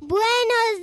Buenos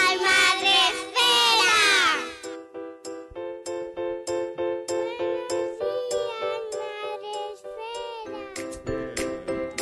Madre Esfera. Buenos días, Madre Esfera.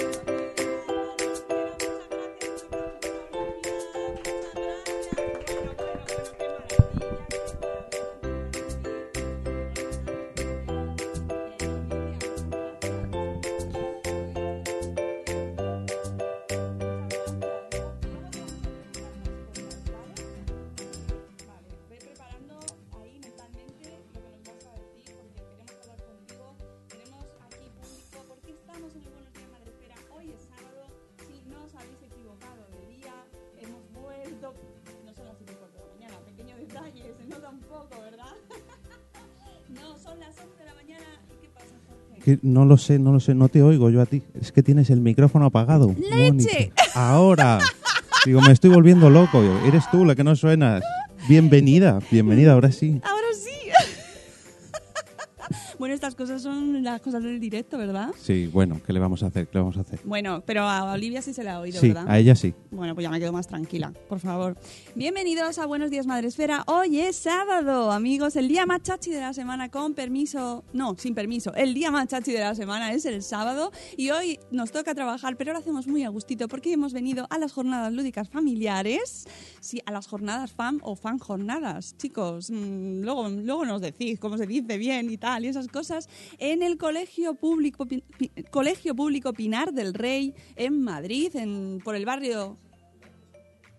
que no lo sé, no lo sé, no te oigo yo a ti. Es que tienes el micrófono apagado. Mónica. Ahora. Digo, me estoy volviendo loco. Eres tú la que no suenas. Bienvenida, bienvenida, ahora sí. Ahora sí. bueno, estas cosas son las cosas del directo, ¿verdad? Sí, bueno, ¿qué le vamos a hacer? ¿Qué le vamos a hacer? Bueno, pero a Olivia sí se la ha oído, Sí, ¿verdad? a ella sí. Bueno, pues ya me quedo más tranquila, por favor. Bienvenidos a Buenos Días Madresfera. Hoy es sábado, amigos, el día más chachi de la semana, con permiso. No, sin permiso. El día más chachi de la semana es el sábado y hoy nos toca trabajar, pero lo hacemos muy a gustito porque hemos venido a las jornadas lúdicas familiares. Sí, a las jornadas FAM o FAN jornadas, chicos. mm, luego, luego nos decís cómo se dice bien y tal, y esas cosas. En el Colegio Público, Pi- Pi- Colegio Público Pinar del Rey, en Madrid, en, por el barrio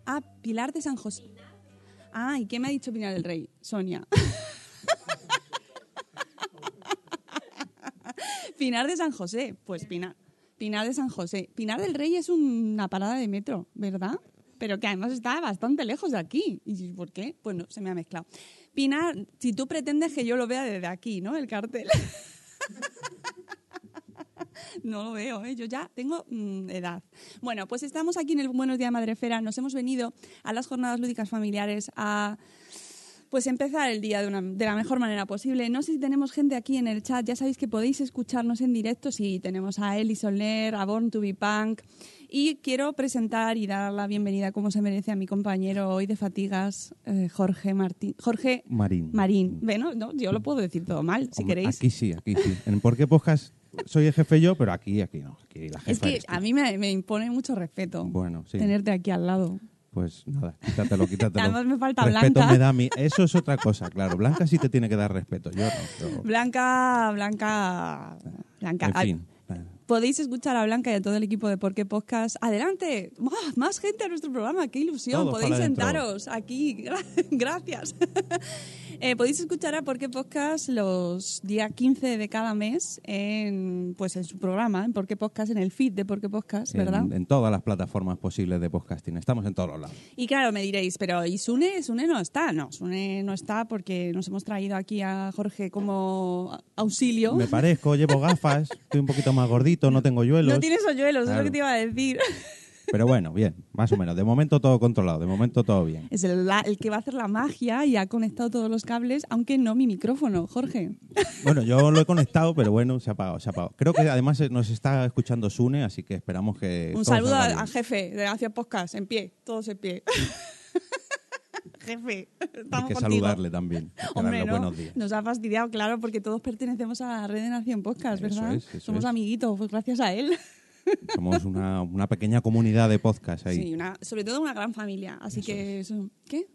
Ah, Pilar de San José. Ah, ¿y qué me ha dicho Pilar del Rey? Sonia. Pinar de San José. Pues Pinar. Pinar de San José. Pinar del Rey es una parada de metro, ¿verdad? Pero que además está bastante lejos de aquí. ¿Y por qué? Pues no, se me ha mezclado. Pinar, si tú pretendes que yo lo vea desde aquí, ¿no? El cartel. No lo veo, ¿eh? yo ya tengo mm, edad. Bueno, pues estamos aquí en el Buenos Días Madrefera. Nos hemos venido a las jornadas lúdicas familiares a pues empezar el día de, una- de la mejor manera posible. No sé si tenemos gente aquí en el chat. Ya sabéis que podéis escucharnos en directo. Sí, tenemos a Eli Soler, a Born to be Punk. Y quiero presentar y dar la bienvenida, como se merece, a mi compañero hoy de fatigas, eh, Jorge Martín. Jorge Marín. Marín. Bueno, no, yo lo puedo decir todo mal, si Mm. Hombre, queréis. Aquí sí, aquí sí. En Por qué Podcast soy el jefe yo, pero aquí, aquí no. Aquí la jefa Es que eres tú. a mí me, me impone mucho respeto Bueno, sí. tenerte aquí al lado. Pues nada, quítatelo, quítatelo. Además me falta respeto Blanca. me da a mí. Eso es otra cosa, claro. Blanca sí te tiene que dar respeto. Yo no. yo- Blanca, Blanca, Blanca. En Al- fin. Bueno. Podéis escuchar a Blanca y a todo el equipo de Por qué Podcast. ¡Adelante! ¡Buah! Más gente a nuestro programa, qué ilusión. Todos Podéis para adentro. sentaros aquí. Gracias. Eh, podéis escuchar a Por qué Podcast los días 15 de cada mes en, pues en su programa, en Por qué Podcast, en el feed de Por qué Podcast, ¿verdad? En, en todas las plataformas posibles de podcasting. Estamos en todos los lados. Y claro, me diréis, pero ¿y Sune? Sune no está. No, Sune no está porque nos hemos traído aquí a Jorge como auxilio. Me parezco, llevo gafas, estoy un poquito más gordito, no tengo yuelos. No tienes hoyuelos, es Claro. lo que te iba a decir. Pero bueno, bien, más o menos. De momento todo controlado, de momento todo bien. Es el, la- el que va a hacer la magia y ha conectado todos los cables, aunque no mi micrófono, Eh, Jorge. Bueno, yo lo he conectado, pero bueno, se ha apagado, se ha apagado. Creo que además eh, nos está escuchando Sune, así que esperamos que... Un todo saludo salga al, bien. al jefe de Gracias Podcast, en pie, todos en pie. jefe, Hay estamos que contigo. saludarle también. hay que Hombre, darle ¿no? buenos días. nos ha fastidiado, claro, porque todos pertenecemos a la red de Nación Podcast, Eso ¿verdad? es, eso Somos es. amiguitos, pues gracias a él. Somos una, una pequeña comunidad de podcast ahí. Sí, una- sobre todo una gran familia. Así que, eso. ¿qué?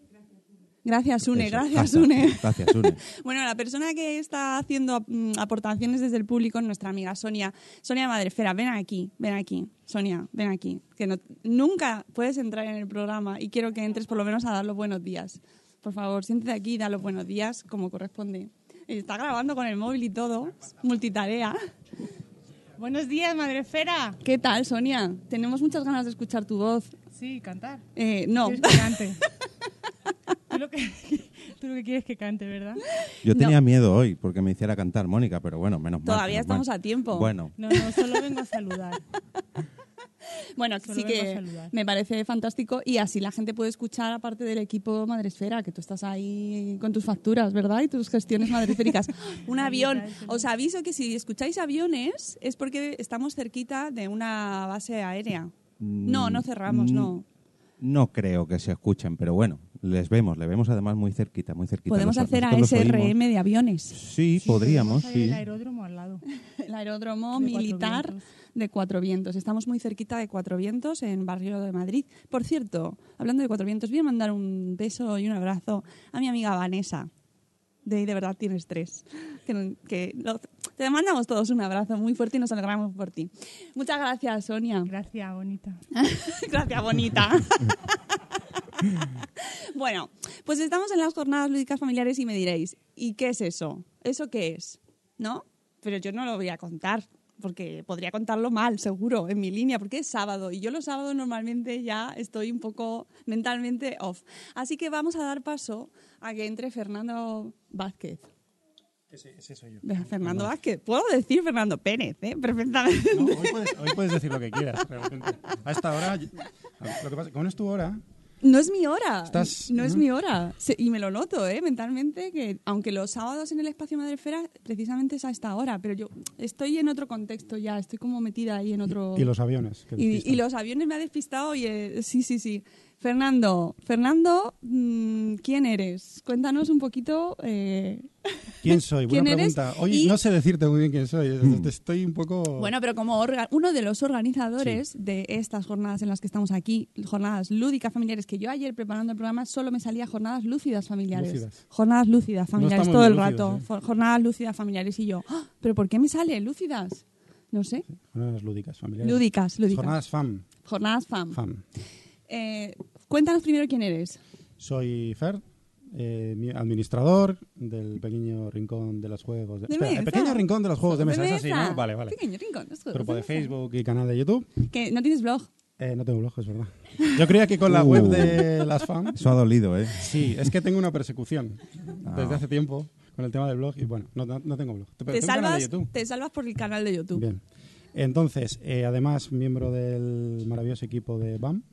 Gracias, Une, Eso, gracias, hashtag, Une. Gracias, Sune. Bueno, la persona que está haciendo mm, aportaciones desde el público es nuestra amiga Sonia. Sonia Madrefera, ven aquí, ven aquí. Sonia, ven aquí. Que no- nunca puedes entrar en el programa y quiero que entres por lo menos a dar los buenos días. Por favor, siéntate aquí y da los buenos días como corresponde. Eh, Está grabando con el móvil y todo, multitarea. Buenos días, Madrefera. ¿Qué tal, Sonia? Tenemos muchas ganas de escuchar tu voz. Sí, cantar. Eh, no. ¿Quieres que cante? tú, lo que, tú lo que quieres es que cante, ¿verdad? Yo No. tenía miedo hoy porque me hiciera cantar Mónica, pero bueno, menos mal. Todavía menos mal. estamos a tiempo. Bueno, No, no, solo vengo a saludar. Bueno, Solo sí vengo a que saludar. me parece fantástico y así la gente puede escuchar, aparte del equipo Madresfera, que tú estás ahí con tus facturas, ¿verdad? Y tus gestiones madresféricas. Un avión. Os aviso que si escucháis aviones es porque estamos cerquita de una base aérea. No, mm, no cerramos, no. no creo que se escuchen, pero bueno, les vemos, les vemos además muy cerquita, muy cerquita. Podemos Nos- hacer nosotros los ASRM oímos. de aviones. Sí, Sí, podríamos, tenemos ahí sí. El aeródromo al lado. El aeródromo De Cuatro militar Vientos. de Cuatro Vientos. Estamos muy cerquita de Cuatro Vientos en Barrio de Madrid. Por cierto, hablando de Cuatro Vientos, voy a mandar un beso y un abrazo a mi amiga Vanessa. De ahí de verdad tienes tres. Que, que lo- te mandamos todos un abrazo muy fuerte y nos alegramos por ti. Muchas gracias, Sonia. Gracias, bonita. Gracias, bonita. bueno, pues estamos en las jornadas lúdicas familiares y me diréis, ¿y qué es eso? ¿Eso qué es? ¿No? Pero yo no lo voy a contar, porque podría contarlo mal, seguro, en mi línea, porque es sábado y yo los sábados normalmente ya estoy un poco mentalmente off. Así que vamos a dar paso a que entre Fernando Vázquez. Ese, soy yo. Fernando Vázquez. Puedo decir Fernando Pérez, ¿eh? perfectamente. No, hoy, puedes, hoy puedes decir lo que quieras, realmente. A esta hora, yo- lo que pasa, como no es tu hora, No es mi hora. Estás- No es ¿no? mi hora. Se- y me lo noto, ¿eh? Mentalmente, que aunque los sábados en el espacio Madrefera precisamente es a esta hora, pero yo estoy en otro contexto ya, estoy como metida ahí en otro... y los aviones. que y, despistan. y los aviones me ha despistado y... eh, sí, sí, sí. Fernando, Fernando, mm, ¿quién eres? Cuéntanos un poquito... eh, ¿Quién soy? Buena ¿Quién eres? pregunta. Oye, Y- no sé decirte muy bien quién soy. es- Mm. Estoy un poco. Bueno, pero como orga- uno de los organizadores de estas jornadas en las que estamos aquí, jornadas lúdicas familiares, que yo ayer preparando el programa solo me salía jornadas lúcidas familiares. Lúcidas. Jornadas lúcidas familiares estamos todo el lúcidos, rato. ¿eh? For- Jornadas lúcidas familiares y yo, ¡Ah! ¿pero por qué me sale lúcidas? No sé. Jornadas lúdicas, familiares. Lúdicas, lúdicas. Jornadas FAM. Jornadas FAM. FAM. Eh, cuéntanos primero quién eres. Soy Fer, eh, mi- administrador del pequeño rincón de los juegos. De, De Espera, el mesa. pequeño rincón de los juegos de mesa, es así, mesa. ¿no? Vale, vale. Pequeño rincón. los juegos Grupo de mesa. Facebook y canal de YouTube. Que no tienes blog. Eh, no tengo blog, es verdad. Yo creía que con la Uh. web de las FAM Eso ha dolido, ¿eh? Sí, es que tengo una persecución desde hace tiempo con el tema del blog y bueno, no, no- no tengo blog. Pero Te tengo canal de salvas, YouTube. te salvas por el canal de YouTube. Bien. Entonces, eh, además, miembro del maravilloso equipo de BAM.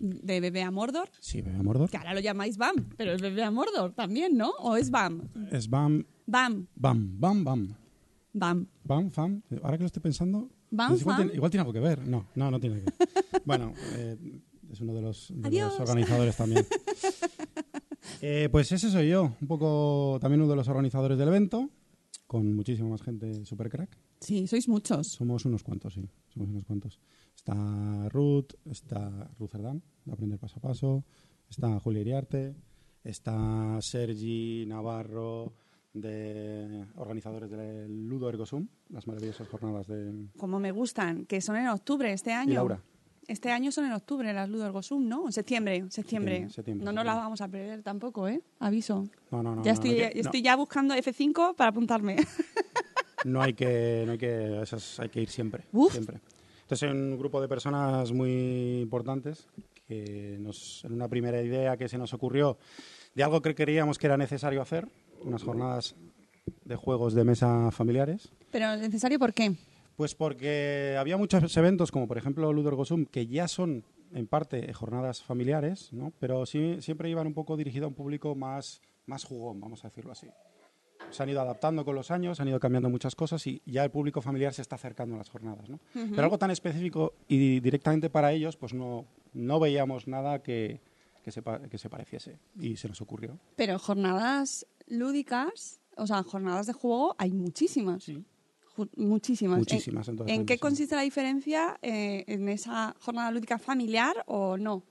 De Bebé a Mordor. Sí, Bebé Mordor. Que ahora lo llamáis BAM, pero es bebé a Mordor también, ¿no? ¿O es BAM? Es BAM, BAM, BAM, BAM, BAM. BAM. BAM, FAM. Ahora que lo estoy pensando. ¿Bam, pues igual, fam? Tiene, igual tiene algo que ver. No, no, no tiene que ver. bueno, eh, es uno de los, de los Adiós. organizadores también. Eh, pues ese soy yo, un poco también uno de los organizadores del evento, con muchísima más gente super crack. Sí, sois muchos. Somos unos cuantos, sí. Somos unos cuantos. Está Ruth, está Ruth Cerdán, de Aprender Paso a Paso, está Julia Iriarte, está Sergi Navarro, de organizadores del Ludo Ergosum, las maravillosas jornadas de... Como me gustan, que son en octubre este año. Y Laura. Este año son en octubre las Ludo Gosum, ¿no? En septiembre, septiembre. Septiembre, septiembre, no nos las septiembre. vamos a perder tampoco, ¿eh? Aviso. No, no, no. ya no, no estoy, hay que- no. estoy ya buscando F5 para apuntarme. No hay que, no hay que, esas hay que ir siempre, Uf. siempre. Entonces hay un grupo de personas muy importantes que nos, en una primera idea que se nos ocurrió de algo que creíamos que era necesario hacer, unas jornadas de juegos de mesa familiares, Pero necesario, ¿por qué? pues porque había muchos eventos, como por ejemplo Ludo Ergosum, que ya son en parte jornadas familiares, ¿no? pero sí- siempre iban un poco dirigidas a un público más, más jugón, vamos a decirlo así. Se han ido adaptando con los años, han ido cambiando muchas cosas y ya el público familiar se está acercando a las jornadas. ¿no? Pero algo tan específico y directamente para ellos, pues no, no veíamos nada que, que, se, pa- que se pareciese y se nos ocurrió. Pero jornadas lúdicas, o sea, jornadas de juego, hay muchísimas. Sí. Ju- Muchísimas. Muchísimas, ¿En, entonces, ¿en qué sí. consiste la diferencia eh, en esa jornada lúdica familiar o no?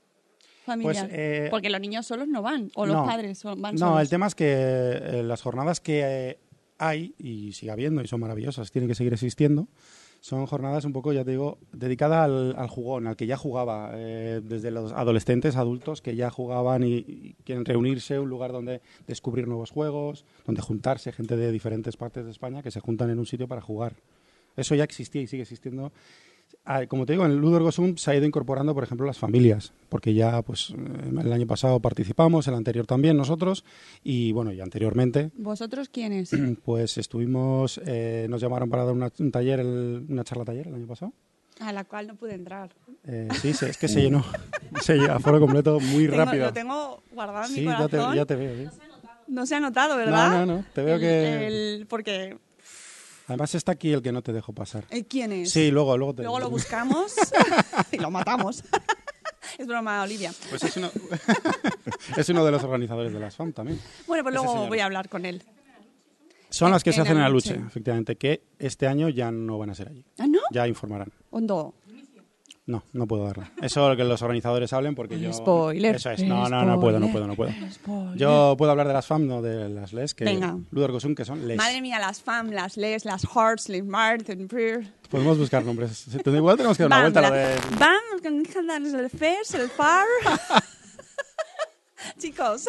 Familiar. eh, Porque los niños solos no van, o los No. padres son- van No, solos. el tema es que eh, las jornadas que eh, hay, y sigue habiendo, y son maravillosas, tienen que seguir existiendo, son jornadas un poco, ya te digo, dedicadas al, al jugón, al que ya jugaba, eh, desde los adolescentes, adultos que ya jugaban y, y quieren reunirse, un lugar donde descubrir nuevos juegos, donde juntarse gente de diferentes partes de España que se juntan en un sitio para jugar. Eso ya existía y sigue existiendo Ah, Como te digo, en el Ludo Ergo Sum se ha ido incorporando, por ejemplo, las familias, porque ya pues eh, el año pasado participamos, el anterior también nosotros, y bueno, y anteriormente ¿Vosotros quiénes? pues estuvimos, eh, nos llamaron para dar una, un taller, el- una charla taller el año pasado. A la cual no pude entrar. Eh, sí, se- es que se llenó, se llenó a foro completo muy Uh. Tengo- rápido. lo tengo guardado en sí, mi ya te, corazón. ya te veo. sí. No se ha notado, ¿verdad? No, no, no, te veo El- que- el- porque, Además está aquí el que no te dejo pasar. eh, ¿quién es? Sí, luego, luego te Luego lo buscamos y lo matamos. es broma, Olivia. Pues es uno, es uno de los organizadores de las FAM también. Bueno, pues Ese luego señor. voy a hablar con él. Son las que En se hacen en Aluche. Aluche, efectivamente, que este año ya no van a ser allí. ¿Ah, no? Ya informarán. Hondo. No, no puedo darla. Eso es lo que los organizadores hablen porque yo... Spoiler. Eso es. No, no, no puedo, no puedo, no puedo. Spoiler. Yo puedo hablar de las FAM, no de las LES, que... Venga. Ludo Ergosum, que son LES. Madre mía, las fam, las les, las hearts, les Martin, Breer. Podemos buscar nombres. Igual tenemos que dar una Bam, vuelta a lo la- de... Bam, con Hijadas, el FES, el FAR. Chicos,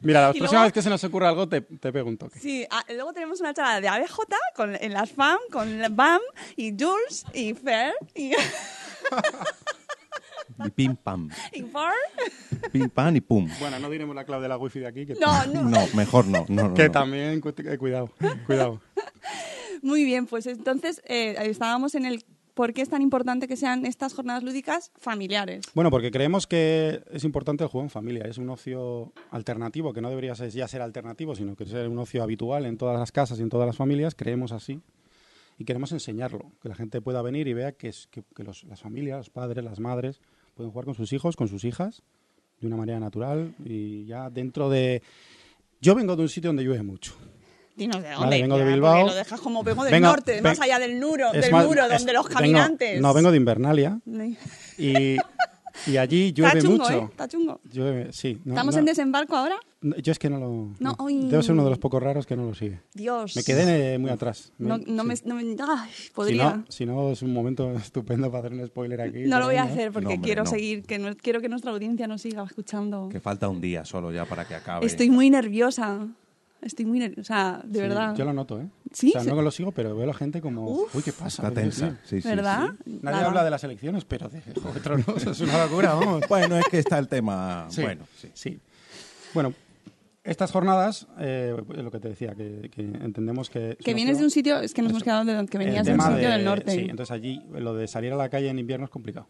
Mira, la Y próxima luego- vez que se nos ocurra algo te, te pego un toque. sí, ah, luego tenemos una charla de ABJ con, en las FAM, con la BAM y Jules y Fer y, Y pim pam. y FAR. Pim pam y pum. Bueno, no diremos la clave de la wifi de aquí. Que, No, no. No, mejor no. no, no, que no. también... cu- eh, Cuidado, cuidado. Muy bien, pues entonces eh, estábamos en el por qué es tan importante que sean estas jornadas lúdicas familiares. Bueno, porque creemos que es importante el juego en familia. Es un ocio alternativo, que no debería ser, ya ser alternativo, sino que ser un ocio habitual en todas las casas y en todas las familias. Creemos así. Y queremos enseñarlo, que la gente pueda venir y vea que, es, que, que los- las familias, los padres, las madres, pueden jugar con sus hijos, con sus hijas, de una manera natural y ya dentro de... Yo vengo de un sitio donde llueve mucho. Dinos de dónde. Vale, vengo de ya, Bilbao. porque Lo dejas como vengo del Vengo- norte, ven- más allá del muro, Es del más- muro, es- donde los vengo- caminantes. no, vengo de Invernalia Está y, y allí llueve chungo, mucho. ¿eh? Está chungo. Llueve, sí. no- ¿Estamos no- en desembarco ahora? No, Yo es que no lo. No, no. uy. Debo ser uno de los pocos raros que no lo sigue. Dios. Me quedé eh, muy atrás. No, no sí. me... no me- ay, Si podría... no, si no, es un momento estupendo para hacer un spoiler aquí. No lo voy a ¿no? hacer porque No, hombre, quiero no. seguir, que no- quiero que nuestra audiencia nos siga escuchando. Que falta un día solo ya para que acabe. Estoy muy nerviosa. Estoy muy nerviosa, o sea, de Sí, verdad. Yo lo noto, ¿eh? Sí, O sea, se- no lo sigo, pero veo a la gente como. Uf. Uy, ¿qué pasa? Está Dios mío. tensa. Sí, sí, ¿Verdad? Nadie Nada. habla de las elecciones, pero de Juego de Tronos es una locura, vamos. sí. Bueno, es que está el tema. Bueno, sí. sí. Bueno, estas jornadas, eh, pues, lo que te decía, que, que entendemos que. Que vienes de un sitio... Es que nos hemos pues, Eso. quedado de donde que El venías de un tema sitio de- del norte. Sí, entonces allí lo de salir a la calle en invierno es complicado.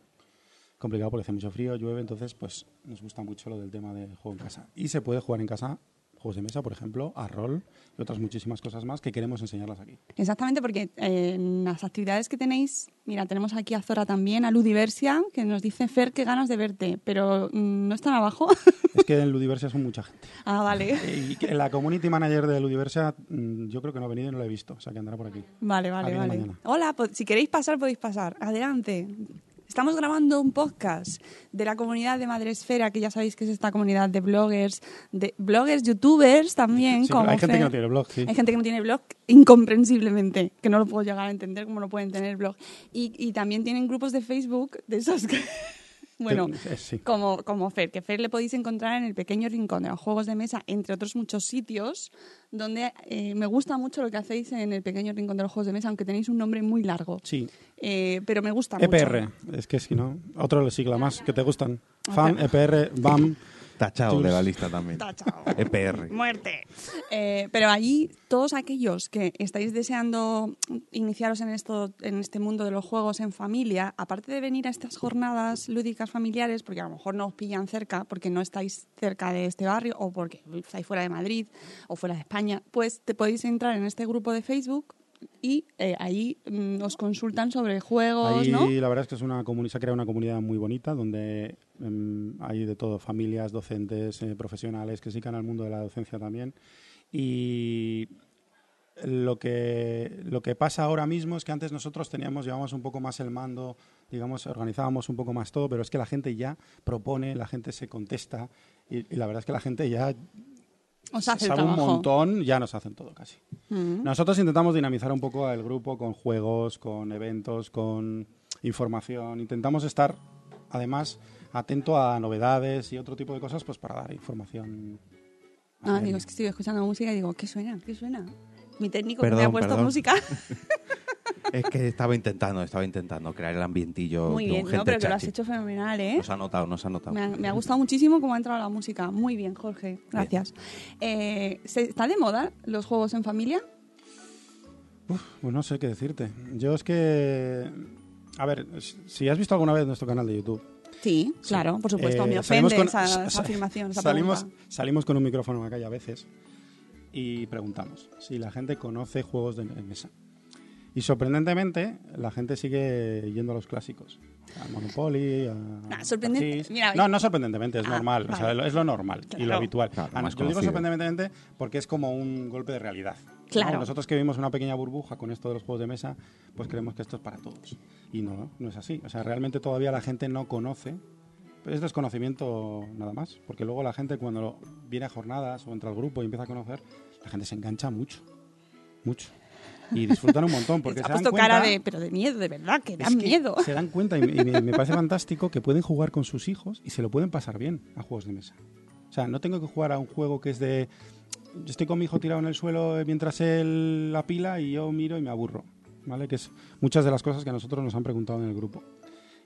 Complicado porque hace mucho frío, llueve, entonces pues nos gusta mucho lo del tema de juego en casa. Y se puede jugar en casa juegos de mesa, por ejemplo, a rol y otras muchísimas cosas más que queremos enseñarlas aquí. Exactamente, porque eh, en las actividades que tenéis, mira, tenemos aquí a Zora también, a Ludiversia, que nos dice, Fer, qué ganas de verte, pero mm, no están abajo. Es que en Ludiversia son mucha gente. ah, vale. Y que la community manager de Ludiversia mm, yo creo que no ha venido y no la he visto, o sea que andará por aquí. Vale, vale, viene vale. mañana. Hola, po- si queréis pasar, podéis pasar. Adelante. Estamos grabando un podcast de la comunidad de Madresfera, que ya sabéis que es esta comunidad de bloggers, de bloggers, youtubers también. Sí, pero como hay gente Fer. que no tiene blog, sí. Hay gente que no tiene blog, incomprensiblemente, que no lo puedo llegar a entender cómo no pueden tener blog. Y, y también tienen grupos de Facebook de esos que... Bueno, Que- eh, sí. como, como Fer, que Fer le podéis encontrar en el pequeño rincón de los juegos de mesa, entre otros muchos sitios, donde eh, me gusta mucho lo que hacéis en el pequeño rincón de los juegos de mesa, aunque tenéis un nombre muy largo. Sí. Eh, pero me gusta EPR, mucho. E es que si no, otro sigla más que te gustan. Fan, EPR, BAM. Tachado Tus- de la lista también. E Tachao. EPR. Muerte. Eh, pero allí, todos aquellos que estáis deseando iniciaros en, esto, en este mundo de los juegos en familia, aparte de venir a estas jornadas lúdicas familiares, porque a lo mejor no os pillan cerca, porque no estáis cerca de este barrio o porque estáis fuera de Madrid o fuera de España, pues te podéis entrar en este grupo de Facebook y eh, ahí mm, os consultan sobre juegos, Ahí ¿no? la verdad es que es una comuni- se ha creado una comunidad muy bonita donde em, hay de todo, familias, docentes, eh, profesionales que se dedican al mundo de la docencia también. Y lo que, lo que pasa ahora mismo es que antes nosotros teníamos, llevábamos un poco más el mando, digamos, organizábamos un poco más todo, pero es que la gente ya propone, la gente se contesta y, y la verdad es que la gente ya Os hace el sabe un trabajo. montón, ya nos hacen todo casi. Mm. Nosotros intentamos dinamizar un poco el grupo con juegos, con eventos, con información. Intentamos estar, además, atento a novedades y otro tipo de cosas, pues para dar información. Ah, Madre digo, mía. es que estoy escuchando música y digo, ¿qué suena? ¿Qué suena? Mi técnico que me Perdón, ha puesto perdón. música. Es que estaba intentando, estaba intentando crear el ambientillo Muy de un bien, gente no, pero que lo has chachi. hecho fenomenal, ¿eh? Nos ha notado, nos ha notado. Me ha, me ha gustado muchísimo cómo ha entrado la música. Muy bien, Jorge. Gracias. Eh, ¿se- ¿Está de moda los juegos en familia? Pues no sé qué decirte. Yo es que. A ver, s- si has visto alguna vez nuestro canal de YouTube. Sí, claro, por supuesto. eh, me salimos ofende con- esa, esa sa- afirmación, esa salimos, pregunta. salimos con un micrófono a la calle a veces y preguntamos si la gente conoce juegos de de mesa. Y sorprendentemente, la gente sigue yendo a los clásicos. Al Monopoly, a. Nah, sorprendente- Parchís. mira, Ah, no, no sorprendentemente, es Ah, normal. o sea, vale. lo- es lo normal y lo Claro. habitual. Claro, Ah, más yo digo conocido. sorprendentemente porque es como un golpe de realidad. ¿no? Claro. Nosotros que vivimos una pequeña burbuja con esto de los juegos de mesa, pues creemos que esto es para todos. Y no, no es así. O sea, realmente todavía la gente no conoce. pues Es desconocimiento nada más. Porque luego la gente cuando viene a jornadas o entra al grupo y empieza a conocer, la gente se engancha mucho. Mucho. Y disfrutan un montón. Porque ha se dan puesto cara cuenta- de, pero de miedo, de verdad, que es da que miedo. Se dan cuenta y, y me, me parece fantástico que pueden jugar con sus hijos y se lo pueden pasar bien a juegos de mesa. O sea, no tengo que jugar a un juego que es de. Yo estoy con mi hijo tirado en el suelo eh, mientras él la pila y yo miro y me aburro. ¿Vale? Que es muchas de las cosas que a nosotros nos han preguntado en el grupo.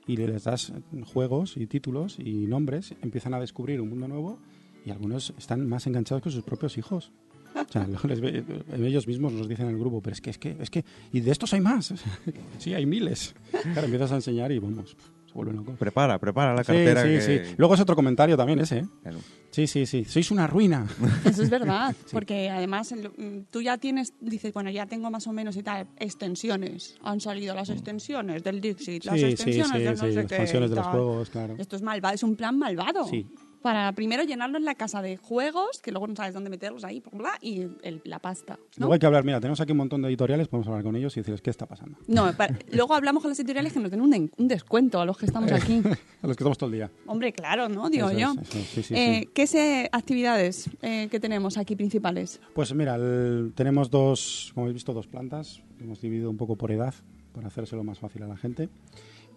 Y les das eh, juegos y títulos y nombres, empiezan a descubrir un mundo nuevo y algunos están más enganchados que sus propios hijos. O sea, lo- les ve- ellos mismos nos dicen en el grupo, pero es que, es que, es que, y de estos hay más. sí, hay miles. Claro, empiezas a enseñar y vamos, se vuelven locos. Prepara, prepara la Sí, cartera. sí, que- sí. Luego es otro comentario también ese, ¿eh? Claro. Sí, sí, sí. Sois una ruina. Eso es verdad, porque además en lo- mm, tú ya tienes, dices, bueno, ya tengo más o menos y tal, extensiones. Han salido las extensiones del Dixit, las Mm. sí, sí, sí, extensiones sí. del no sé Las qué expansiones y de los tal. juegos, claro. Esto es malvado, es un plan malvado. Sí. Para primero llenarnos la casa de juegos, que luego no sabes dónde meterlos ahí, bla, bla, y el- la pasta. ¿no? Luego hay que hablar, mira, tenemos aquí un montón de editoriales, podemos hablar con ellos y decirles qué está pasando. No, para- luego hablamos con las editoriales que nos den un, en- un descuento a los que estamos aquí. A los que estamos todo el día. Hombre, claro, ¿no? Digo Eh. Eso yo. es, eso es, sí, sí, Eh, sí. ¿Qué se- actividades eh, que tenemos aquí principales? Pues mira, el- tenemos dos, como habéis visto, dos plantas. Hemos dividido un poco por edad para hacérselo más fácil a la gente.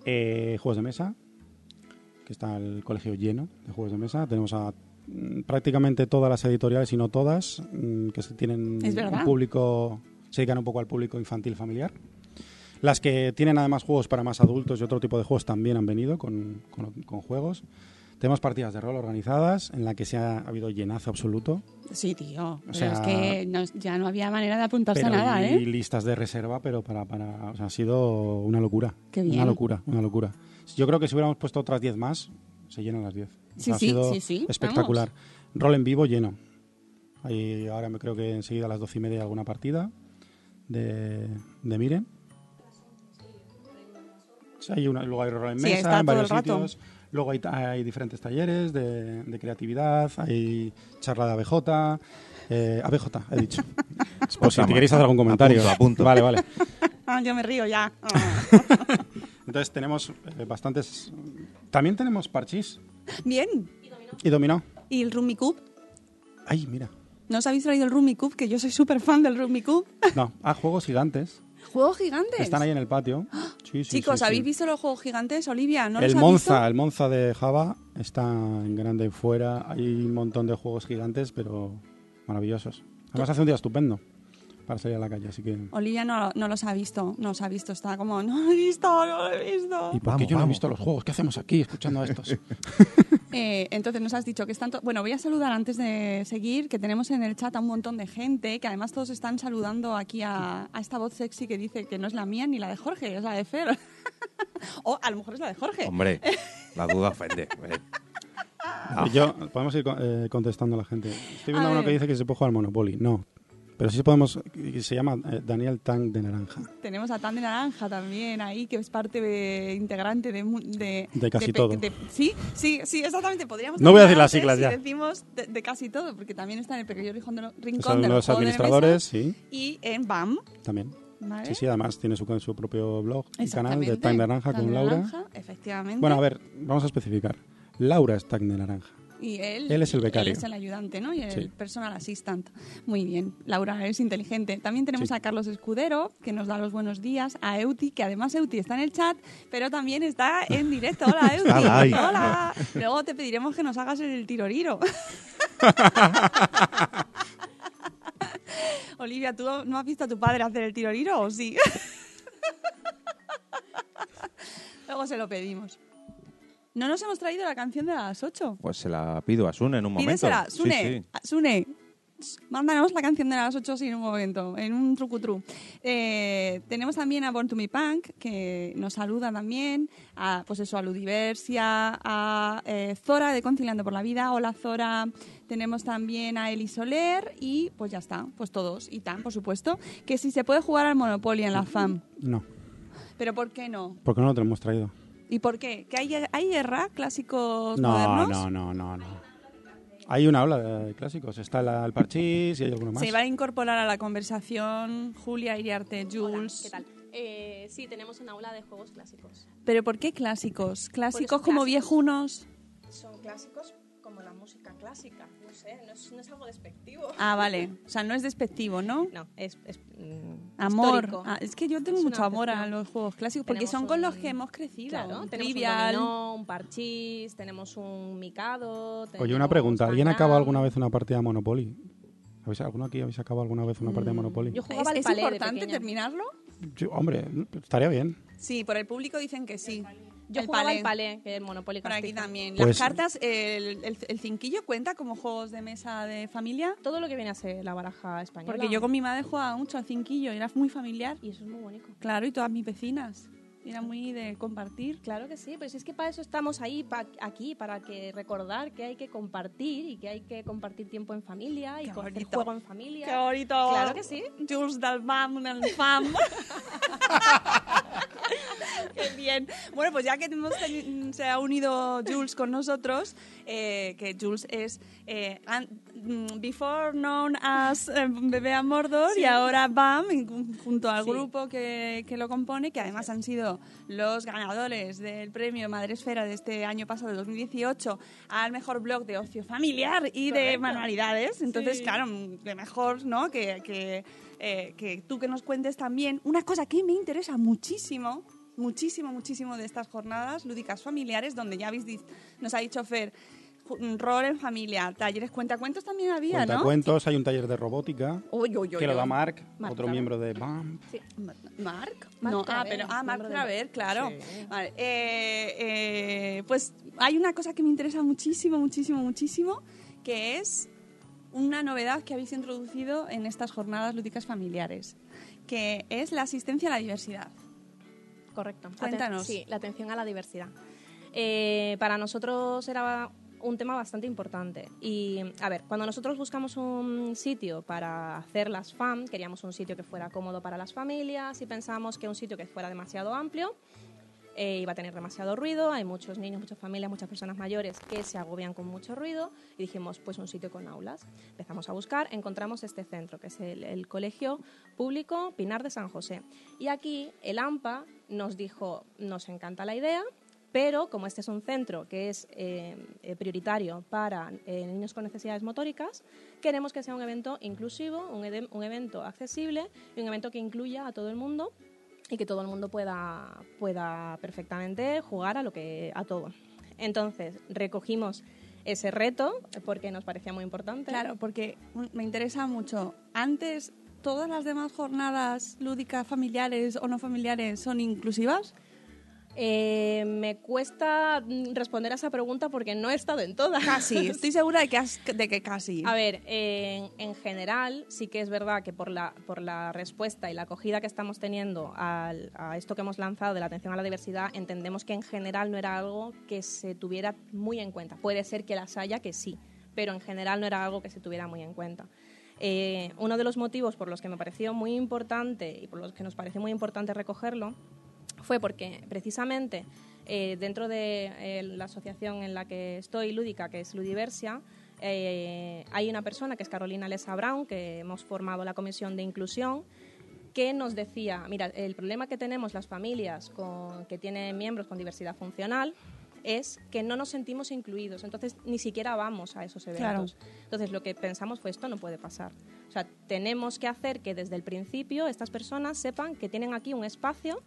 Eh, juegos de mesa, que está el colegio lleno de juegos de mesa. Tenemos a mm, prácticamente todas las editoriales, y no todas, mm, que se tienen Es verdad. un público, se dedican un poco al público infantil familiar. Las que tienen además juegos para más adultos y otro tipo de juegos también han venido con, con- con juegos. Tenemos partidas de rol organizadas en la que se ha, ha habido llenazo absoluto. Sí, tío. Pero sea- es que no- ya no había manera de apuntarse Pero a nada, y ¿eh? listas de reserva, pero para, para o sea, ha sido una locura. Qué bien. Una locura, una locura. Yo creo que si hubiéramos puesto otras 10 más, se llenan las 10. O Sí, sea, ha sí, sido sí, sí, vamos. Espectacular. Rol en vivo lleno. Ahí ahora me creo que enseguida a las 12 y media hay alguna partida de, de Miren. Sí, hay una, luego hay rol en Sí, mesa, está todo en varios el rato. sitios. Luego hay, ta- hay diferentes talleres de, de creatividad, hay charla de ABJ. eh, ABJ, he dicho. Por si te Pues Apunta, queréis hacer algún comentario. apunto, apunto. Vale, vale. Ah, yo me río ya. Ah. Entonces tenemos eh, bastantes... También tenemos parchís Bien. y dominó. ¿Y el Rummy Cup? Ay, mira. ¿No os habéis traído el Rummy Cup? Que yo soy súper fan del Rummy Cup. No, ah, juegos gigantes. ¿Juegos gigantes? Están ahí en el patio. Sí, sí, Chicos, sí, sí. ¿habéis visto los juegos gigantes, Olivia? ¿No el los has Monza, visto? el Monza de Java está en grande y fuera. Hay un montón de juegos gigantes, pero maravillosos. Además hace un día estupendo para salir a la calle, así que. Olivia no, no los ha visto, no los ha visto, está como, no lo he visto, no lo he visto. ¿Y por qué yo no he visto los juegos? ¿Qué hacemos aquí escuchando a estos? Eh, entonces nos has dicho que están... to- Bueno, voy a saludar antes de seguir, que tenemos en el chat a un montón de gente, que además todos están saludando aquí a, a esta voz sexy que dice que no es la mía ni la de Jorge, es la de Fer. o a lo mejor es la de Jorge. Hombre, la duda ofende. eh. Y yo, podemos ir con- eh, contestando a la gente. Estoy viendo A uno ver. que dice que se puede jugar al Monopoly. No. Pero sí podemos. y Se llama eh, Daniel Tank de Naranja. Tenemos a Tan de Naranja también ahí, que es parte de- integrante de... mu- De, De casi pe- todo. sí, sí, sí, exactamente. Podríamos No voy a decir terminar las siglas antes ya. y decimos de, de casi todo, porque también está en el pequeño rincón de, lo- rincón Son de los juegos de mesa administradores, sí, y en BAM, también. ¿vale? Sí, sí, además tiene su, su propio blog y canal de Exactamente. Tank de Naranja Tan con de Laura. Naranja, efectivamente. Bueno, a ver, vamos a especificar. Laura es Tank de Naranja. Y él, él es el becario. él es el ayudante, ¿no? Y el Sí. personal assistant. Muy bien. Laura es inteligente. También tenemos Sí. a Carlos Escudero, que nos da los buenos días. A Euti, que además Euti está en el chat, pero también está en directo. Hola, Euti. Está live. Hola. Luego te pediremos que nos hagas el tiroriro. Olivia, ¿tú no has visto a tu padre hacer el tiroriro o sí? Luego se lo pedimos. No nos hemos traído la canción de las 8. Pues se la pido a Sune en un momento. Pídesela, Sí, Sune, sí. a- Sune. s- Mándanos la canción de las 8 así en un momento, en un trucutru. Eh, tenemos también a Born to Me Punk, que nos saluda también, a, pues eso, a Ludiversia, a eh, Zora de Conciliando por la Vida. Hola, Zora. Tenemos también a Eli Soler y pues ya está, pues todos. Y Tan, por supuesto, que si se puede jugar al Monopoly en la FAM. No, Pero ¿por qué no? porque no lo tenemos traído. ¿Y por qué? ¿Que hay, hay guerra, clásicos No, modernos? no, no, no, no. Hay una ola de clásicos. Está la- el parchís y hay alguno más. Se va a incorporar a la conversación Julia Iriarte, Jules. Hola, ¿qué tal? Eh, sí, tenemos una ola de juegos clásicos. ¿Pero por qué clásicos? Porque ¿Clásicos Pues son como clásicos. viejunos? Son clásicos como la música clásica. No sé, no es, no es algo despectivo. Ah, vale. O sea, no es despectivo, ¿no? No, es. es, mm, Amor. histórico. Ah, es que yo tengo Es una mucho amor a acepción. los juegos clásicos porque Tenemos son con un- los que hemos crecido. Claro, Un tenemos trivial. un dominó, un parchís, tenemos un micado. Oye, tenemos una pregunta. ¿Alguien Bang acaba Bang. alguna vez una partida de Monopoly? ¿Habéis, ¿Alguno aquí habéis acabado alguna vez una Mm, partida de Monopoly? Mm, Yo ¿Es, jugaba al es palé de importante pequeña. terminarlo? Yo- hombre, estaría bien. Sí, por el público dicen que sí. Yo El jugaba palé. al palé, que es el Monopoly Por aquí castiza. también. Pues- Las cartas, el, el- el cinquillo cuenta como juegos de mesa de familia. Todo lo que viene a ser la baraja española. Porque yo con mi madre jugaba mucho al cinquillo, era muy familiar. Y eso es muy bonito. Claro, y todas mis vecinas. Era muy de compartir. Claro que sí, pero si es que para eso estamos ahí, pa- aquí, para que recordar que hay que compartir y que hay que compartir tiempo en familia y Qué hacer bonito. juego en familia. Qué bonito. Claro que sí. Jules del Bam, del Fam. Qué bien. Bueno, pues ya que hemos teni- se ha unido Jules con nosotros, eh, que Jules es eh, an- mm, before known as eh, Bebé a Mordor y ahora Bam, y jun- junto al Sí. grupo que, que lo compone, que además han sido los ganadores del premio Madre Esfera de este año pasado, 2018, al mejor blog de ocio familiar y de Correcto. manualidades. Entonces, Sí. claro, de mejor, ¿no? Que, que, eh, que tú que nos cuentes también una cosa que me interesa muchísimo, muchísimo, muchísimo de estas jornadas lúdicas familiares, donde ya habéis dis- nos ha dicho Fer, ju- rol en familia, talleres cuentacuentos también había, ¿no? Cuentacuentos, hay un taller de robótica Uy, uy, uy, que lo uy. da Mark, Marc otro Traver. miembro de BAM. Ma- ¿Mark? Marc no, ah, Traver, pero, ah, Mark miembro de- Traver, claro. Vale, eh, eh, pues hay una cosa que me interesa muchísimo, muchísimo, muchísimo, que es una novedad que habéis introducido en estas jornadas lúdicas familiares, que es la asistencia a la diversidad. Correcto. Aten- Cuéntanos. Sí, la atención a la diversidad. Eh, para nosotros era un tema bastante importante. Y, a ver, cuando nosotros buscamos un sitio para hacer las FAM, queríamos un sitio que fuera cómodo para las familias y pensamos que un sitio que fuera demasiado amplio eh, iba a tener demasiado ruido. Hay muchos niños, muchas familias, muchas personas mayores que se agobian con mucho ruido. Y dijimos, pues un sitio con aulas. Empezamos a buscar, encontramos este centro, que es el, el Colegio Público Pinar de San José. Y aquí el AMPA nos dijo, nos encanta la idea, pero como este es un centro que es eh, eh, prioritario para eh, niños con necesidades motóricas, queremos que sea un evento inclusivo, un, edem- un evento accesible y un evento que incluya a todo el mundo y que todo el mundo pueda, pueda perfectamente jugar a, lo que, a todo. Entonces, recogimos ese reto porque nos parecía muy importante. Claro, porque mm, me interesa mucho. Antes, ¿todas las demás jornadas lúdicas familiares o no familiares son inclusivas? Eh, me cuesta mm, responder a esa pregunta porque no he estado en todas. Casi, estoy segura de que, has- de que casi. A ver, en, en general sí que es verdad que por la, por la respuesta y la acogida que estamos teniendo al- a esto que hemos lanzado de la atención a la diversidad, entendemos que en general no era algo que se tuviera muy en cuenta. Puede ser que las haya que sí, pero en general no era algo que se tuviera muy en cuenta. Eh, uno de los motivos por los que me pareció muy importante y por los que nos pareció muy importante recogerlo fue porque precisamente eh, dentro de eh, la asociación en la que estoy, lúdica, que es Ludiversia, eh, hay una persona que es Carolina Lesa Brown, que hemos formado la comisión de inclusión, que nos decía, mira, el problema que tenemos las familias con- que tienen miembros con diversidad funcional es que no nos sentimos incluidos, entonces ni siquiera vamos a esos eventos. Entonces lo que pensamos fue esto no puede pasar. O sea, tenemos que hacer que desde el principio estas personas sepan que tienen aquí un espacio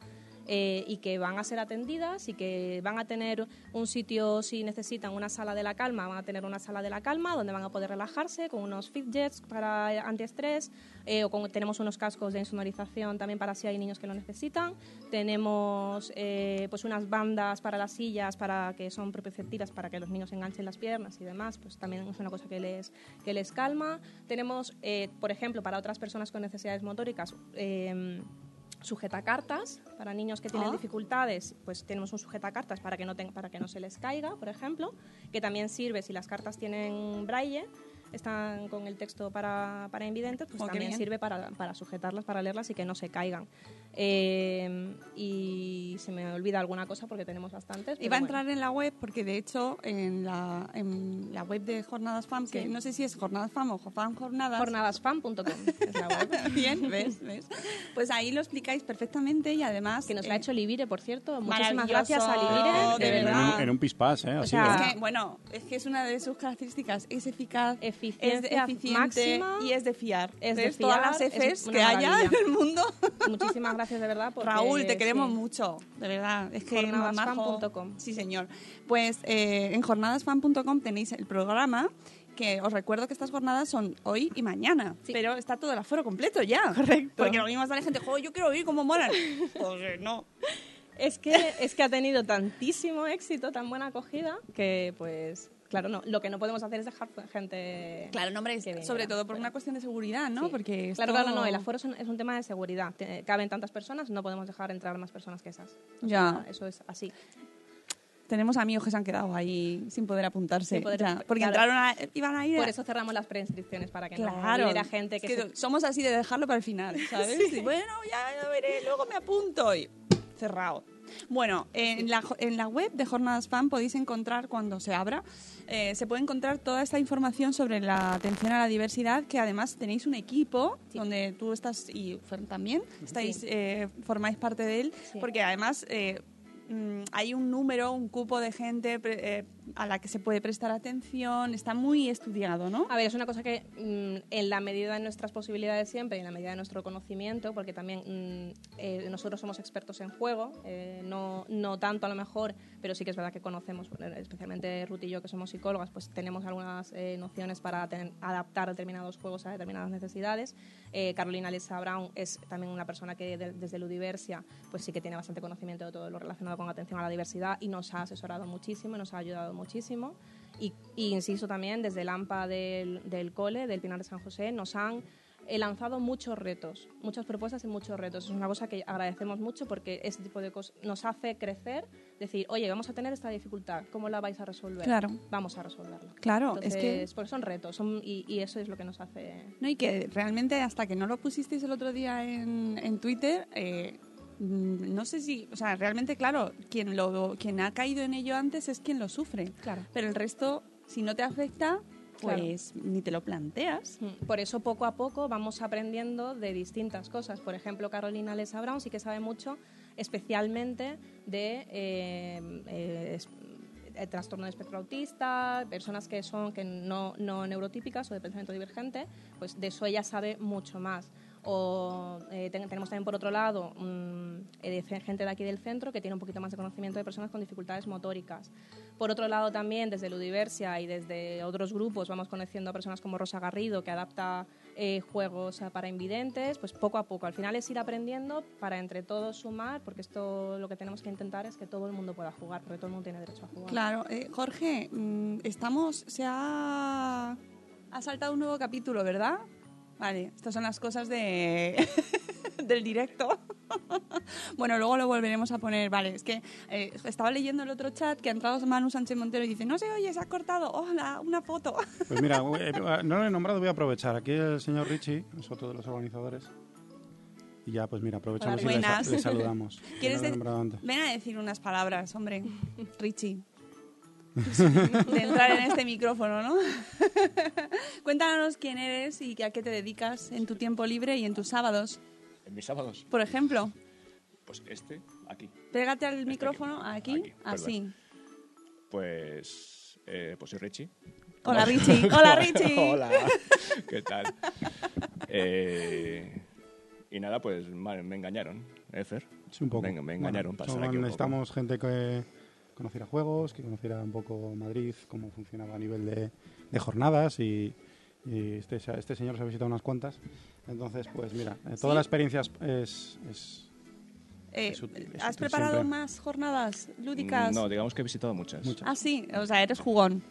eh, y que van a ser atendidas y que van a tener un sitio, si necesitan una sala de la calma, van a tener una sala de la calma donde van a poder relajarse con unos fidgets para eh, antiestrés eh, o con- tenemos unos cascos de insonorización también para si hay niños que lo necesitan. Tenemos eh, pues unas bandas para las sillas para que son propioceptivas para que los niños enganchen las piernas y demás, pues también es una cosa que les, que les calma. Tenemos, eh, por ejemplo, para otras personas con necesidades motóricas, em, sujetacartas para niños que tienen Ah. dificultades pues tenemos un sujetacartas para que no ten- para que no se les caiga por ejemplo que también sirve si las cartas tienen braille están con el texto para, para invidentes pues Oh, qué también bien. sirve para, para sujetarlas para leerlas y que no se caigan Eh, y se me olvida alguna cosa porque tenemos bastantes pero Iba a bueno. entrar en la web porque, de hecho, en la, en la web de Jornadas FAM, que Sí. no sé si es Jornadas FAM o FAM Jornadas. jornadasfan.com es la web Bien, ¿ves? ¿ves? Pues ahí lo explicáis perfectamente y además... que nos la ha eh, hecho Livire por cierto muchísimas maravilloso, gracias a Livire Oh, de de en, verdad verdad. un, en un pispás, ¿eh? O Así, sea, ¿eh? Es que, bueno, es que es una de sus características. Es eficaz, Eficiencia es eficiente máxima. y es de fiar. Es de Entonces, todas fiar, las es Fs una que haya en maravilla. el mundo. muchísimas gracias de verdad porque, Raúl, te queremos sí. mucho, de verdad. Es que Jornadasfan mamajo. punto com. Sí, señor. Pues eh, en jornadasfan.com tenéis el programa que os recuerdo que estas jornadas son hoy y mañana, Sí. pero está todo el aforo completo ya. Correcto. Porque lo mismo sale gente, jo, yo quiero oír cómo molan. pues eh, no. Es que, es que ha tenido tantísimo éxito, tan buena acogida, que pues, claro, no, lo que no podemos hacer es dejar gente... Claro, no, hombre, es- que venga, sobre todo por fuera. una cuestión de seguridad, ¿no? Sí. Porque esto- Claro, claro, no, el aforo es un, es un tema de seguridad. Te- Caben tantas personas, no podemos dejar entrar más personas que esas. O Ya. sea, Eso es así. Tenemos amigos que se han quedado ahí sin poder apuntarse. Sin poder ya, apuntar- porque claro. entraron a, eh, iban a ir. Por eso cerramos las preinscripciones, para que Claro, no hubiera gente que... Es se- somos así de dejarlo para el final, ¿sabes? Y bueno, ya lo veré, luego me apunto y cerrado. Bueno, en la, jo- en la web de Jornadas Fan podéis encontrar, cuando se abra, eh, se puede encontrar toda esta información sobre la atención a la diversidad, que además tenéis un equipo Sí. donde tú estás y Fern también, estáis, eh, formáis parte de él, Sí. porque además eh, mm, hay un número, un cupo de gente pre- eh, a la que se puede prestar atención, está muy estudiado, ¿no? A ver, es una cosa que mm, en la medida de nuestras posibilidades siempre, en la medida de nuestro conocimiento, porque también mm, eh, nosotros somos expertos en juego, eh, no, no tanto a lo mejor, pero sí que es verdad que conocemos, eh, especialmente Ruth y yo que somos psicólogas, pues tenemos algunas eh, nociones para ten- adaptar determinados juegos a determinadas necesidades. Eh, Carolina Lesa Brown es también una persona que de- desde Ludiversia pues sí que tiene bastante conocimiento de todo lo relacionado con atención a la diversidad y nos ha asesorado muchísimo, y nos ha ayudado muchísimo. Y, y insisto también, desde el AMPA del, del cole, del Pinar de San José, nos han eh, lanzado muchos retos, muchas propuestas y muchos retos. Es una cosa que agradecemos mucho porque este tipo de cosas nos hace crecer, decir, oye, vamos a tener esta dificultad, ¿cómo la vais a resolver? Claro. Vamos a resolverla. Claro, Entonces, es que porque son retos son, y, y eso es lo que nos hace... No, y que realmente hasta que no lo pusisteis el otro día en, en Twitter, eh, mm, no sé si, o sea, realmente, claro, quien, lo, quien ha caído en ello antes es quien lo sufre. Claro. Pero el resto, si no te afecta, Claro. pues ni te lo planteas. Mm, Por eso poco a poco vamos aprendiendo de distintas cosas. Por ejemplo, Carolina Lesa Brown sí que sabe mucho especialmente de eh, eh, es- eh, trastorno de espectro autista, personas que son que no, no neurotípicas o de pensamiento divergente, pues de eso ella sabe mucho más. O eh, ten- tenemos también por otro lado mm, eh, de- gente de aquí del centro que tiene un poquito más de conocimiento de personas con dificultades motóricas. Por otro lado también desde Ludiversia y desde otros grupos vamos conociendo a personas como Rosa Garrido que adapta eh, juegos a- para invidentes, pues poco a poco. Al final es ir aprendiendo para entre todos sumar, porque esto lo que tenemos que intentar es que todo el mundo pueda jugar, porque todo el mundo tiene derecho a jugar. Claro, eh, Jorge, mm, estamos, se ha, ha saltado un nuevo capítulo, ¿verdad? Vale, estas son las cosas de, del directo. bueno, luego lo volveremos a poner, vale, es que eh, estaba leyendo el otro chat que ha entrado Manu Sánchez Montero y dice, no se oye, se ha cortado, hola, una foto. Pues mira, eh, no lo he nombrado, voy a aprovechar. Aquí el señor Richie, es otro de los organizadores. Y ya, pues mira, aprovechamos y le, sa- Buenas. le saludamos. que ¿Quieres no lo he dec- nombrado antes. Ven a decir unas palabras, hombre, Richie. De entrar en este micrófono, ¿no? Cuéntanos quién eres y a qué te dedicas en tu tiempo libre y en tus sábados, En mis sábados, por ejemplo. pues este, aquí. Pégate al micrófono aquí, Aquí, perdón. así. Pues, eh, pues soy Richie. Hola, Richie. Hola, Richie. Hola. ¿Qué tal? Eh, y nada, pues ma- me engañaron, Efer. Sí, un poco. Me, me engañaron. Bueno, pasar aquí son- un poco. necesitamos gente que conociera juegos, que conociera un poco Madrid, cómo funcionaba a nivel de, de jornadas y, y este, se- este señor se ha visitado unas cuantas. Entonces, pues mira, eh, toda Sí. la experiencia es... es- es- Eh, es útil, es ¿Has útil preparado siempre. Mm, más jornadas lúdicas? Mm, No, digamos que he visitado muchas. Muchas. Ah, sí, o sea, eres jugón.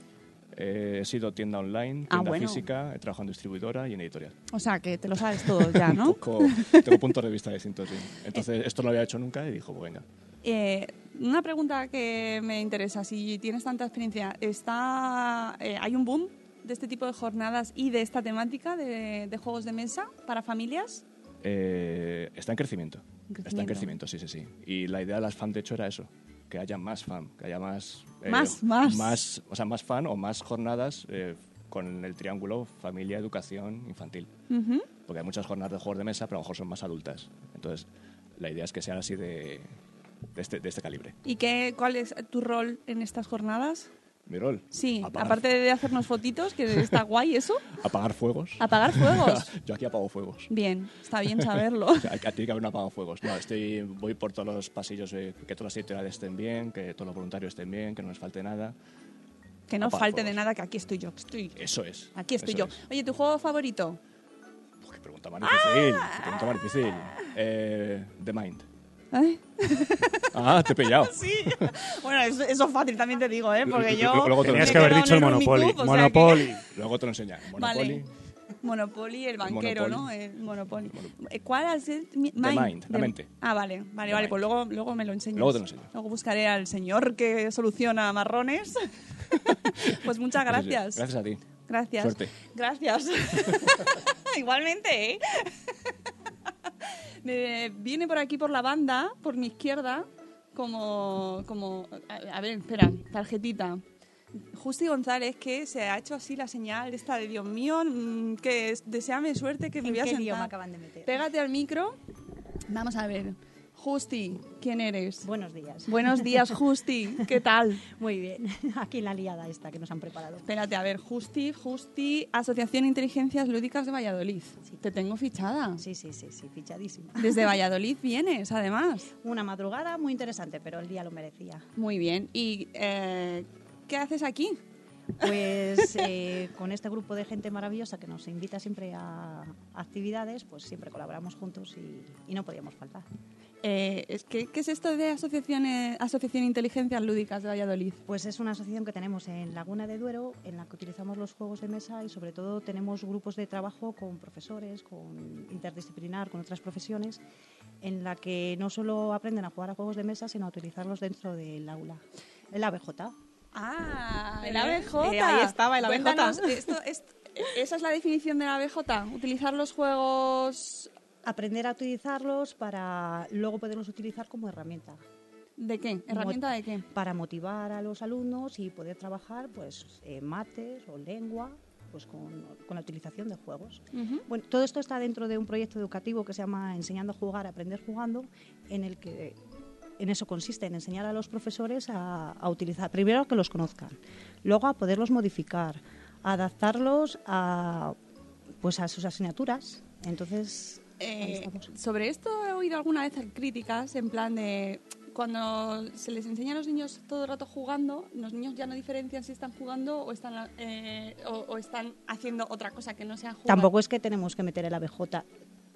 Eh, he sido tienda online, Ah, tienda bueno. física, he trabajado en distribuidora y en editorial. O sea, que te lo sabes todo ya, ¿no? Co- tengo puntos de vista distintos, sí. Entonces, esto no lo había hecho nunca y dijo, pues venga. Eh, una pregunta que me interesa, si tienes tanta experiencia, ¿está, eh, ¿hay un boom de este tipo de jornadas y de esta temática de, de juegos de mesa para familias? Eh, está en crecimiento. En Está en crecimiento, crecimiento. sí, sí, sí. Y la idea de las fan, de hecho, era eso. Que haya más fan, que haya más... eh, Más, más. más, o sea, más fan o más jornadas eh, con el triángulo familia, educación, infantil. Mm-hmm. Ujú. Porque hay muchas jornadas de juegos de mesa, pero a lo mejor son más adultas. Entonces, la idea es que sean así de, de, este, de este calibre. ¿Y qué, cuál es tu rol en estas jornadas? Mi rol. Sí, Apagar- aparte de hacernos fotitos, que está guay eso, Apagar fuegos. apagar fuegos. Yo aquí apago fuegos. Bien, está bien saberlo. O sea, aquí tiene que haber un apagafuegos. No, estoy, voy por todos los pasillos, eh, que todas las editoriales estén bien, que todos los voluntarios estén bien, que no les falte nada. Que no apagar falte de fuegos. nada, que aquí estoy yo. Estoy, Eso es. aquí estoy eso yo. es. Oye, ¿tu juego favorito? Uf, qué pregunta más difícil. Ah. Qué pregunta más difícil. Eh, The Mind. ¿Eh? Ah, te he pillado. Sí. Bueno, eso, eso es fácil, también te digo, ¿eh? Porque yo... Luego te lo me Tenías enseño. que haber quedo dicho el en Rubik's Monopoly. Cube, o sea que- Monopoly. Luego te lo enseño. Monopoly. Vale. Monopoly, el banquero, Monopoly. ¿no? El Monopoly. Eh, ¿Cuál es el mi- Mind, la De- mente. Ah, vale, vale, The vale. Mind. Pues luego, luego me lo enseñas. Luego te lo enseño. Luego buscaré al señor que soluciona marrones. pues muchas Eso sí. gracias. Gracias a ti. Gracias. Suerte. Gracias. Igualmente, ¿eh? Me viene por aquí, por la banda, por mi izquierda, como... como a, a ver, espera, tarjetita. Justi González, que se ha hecho así la señal esta de Dios mío, mm, que es- deseame suerte que me ¿En voy a qué sentar. idioma acaban de meter? Pégate al micro. Vamos a ver. Justi, ¿quién eres? Buenos días. Buenos días, Justi. ¿Qué tal? Muy bien. Aquí la liada esta que nos han preparado. Espérate, a ver, Justi, Justi, Asociación de Inteligencias Lúdicas de Valladolid. Sí. Te tengo fichada. Sí, sí, sí, sí, fichadísima. Desde Valladolid vienes, además. Una madrugada muy interesante, pero el día lo merecía. Muy bien. ¿Y eh, qué haces aquí? Pues eh, con este grupo de gente maravillosa que nos invita siempre a actividades, pues siempre colaboramos juntos y, y no podíamos faltar. Eh, es que, ¿Qué es esto de asociaciones, Asociación de Inteligencias Lúdicas de Valladolid? Pues es una asociación que tenemos en Laguna de Duero, en la que utilizamos los juegos de mesa y sobre todo tenemos grupos de trabajo con profesores, con interdisciplinar, con otras profesiones, en la que no solo aprenden a jugar a juegos de mesa, sino a utilizarlos dentro del aula. El ABJ. Ah, Eh, el el ABJ. ABJ. Cuéntanos, esa es la definición del ABJ, utilizar los juegos Aprender a utilizarlos para luego poderlos utilizar como herramienta. de qué, herramienta ¿Herramienta de qué. Para motivar a los alumnos y poder trabajar pues, eh, mates o lengua pues, con, con la utilización de juegos. Bueno, todo esto está dentro de un proyecto educativo que se llama Enseñando a jugar, aprender jugando, en el que en eso consiste, en enseñar a los profesores a, a utilizar, primero a que los conozcan, luego a poderlos modificar, a adaptarlos a, pues a sus asignaturas. Entonces, ahí Eh, estamos. sobre esto he oído alguna vez críticas en plan de cuando se les enseña a los niños todo el rato jugando, los niños ya no diferencian si están jugando o están, eh, o, o están haciendo otra cosa que no sea jugar. Tampoco es que tenemos que meter el ABJ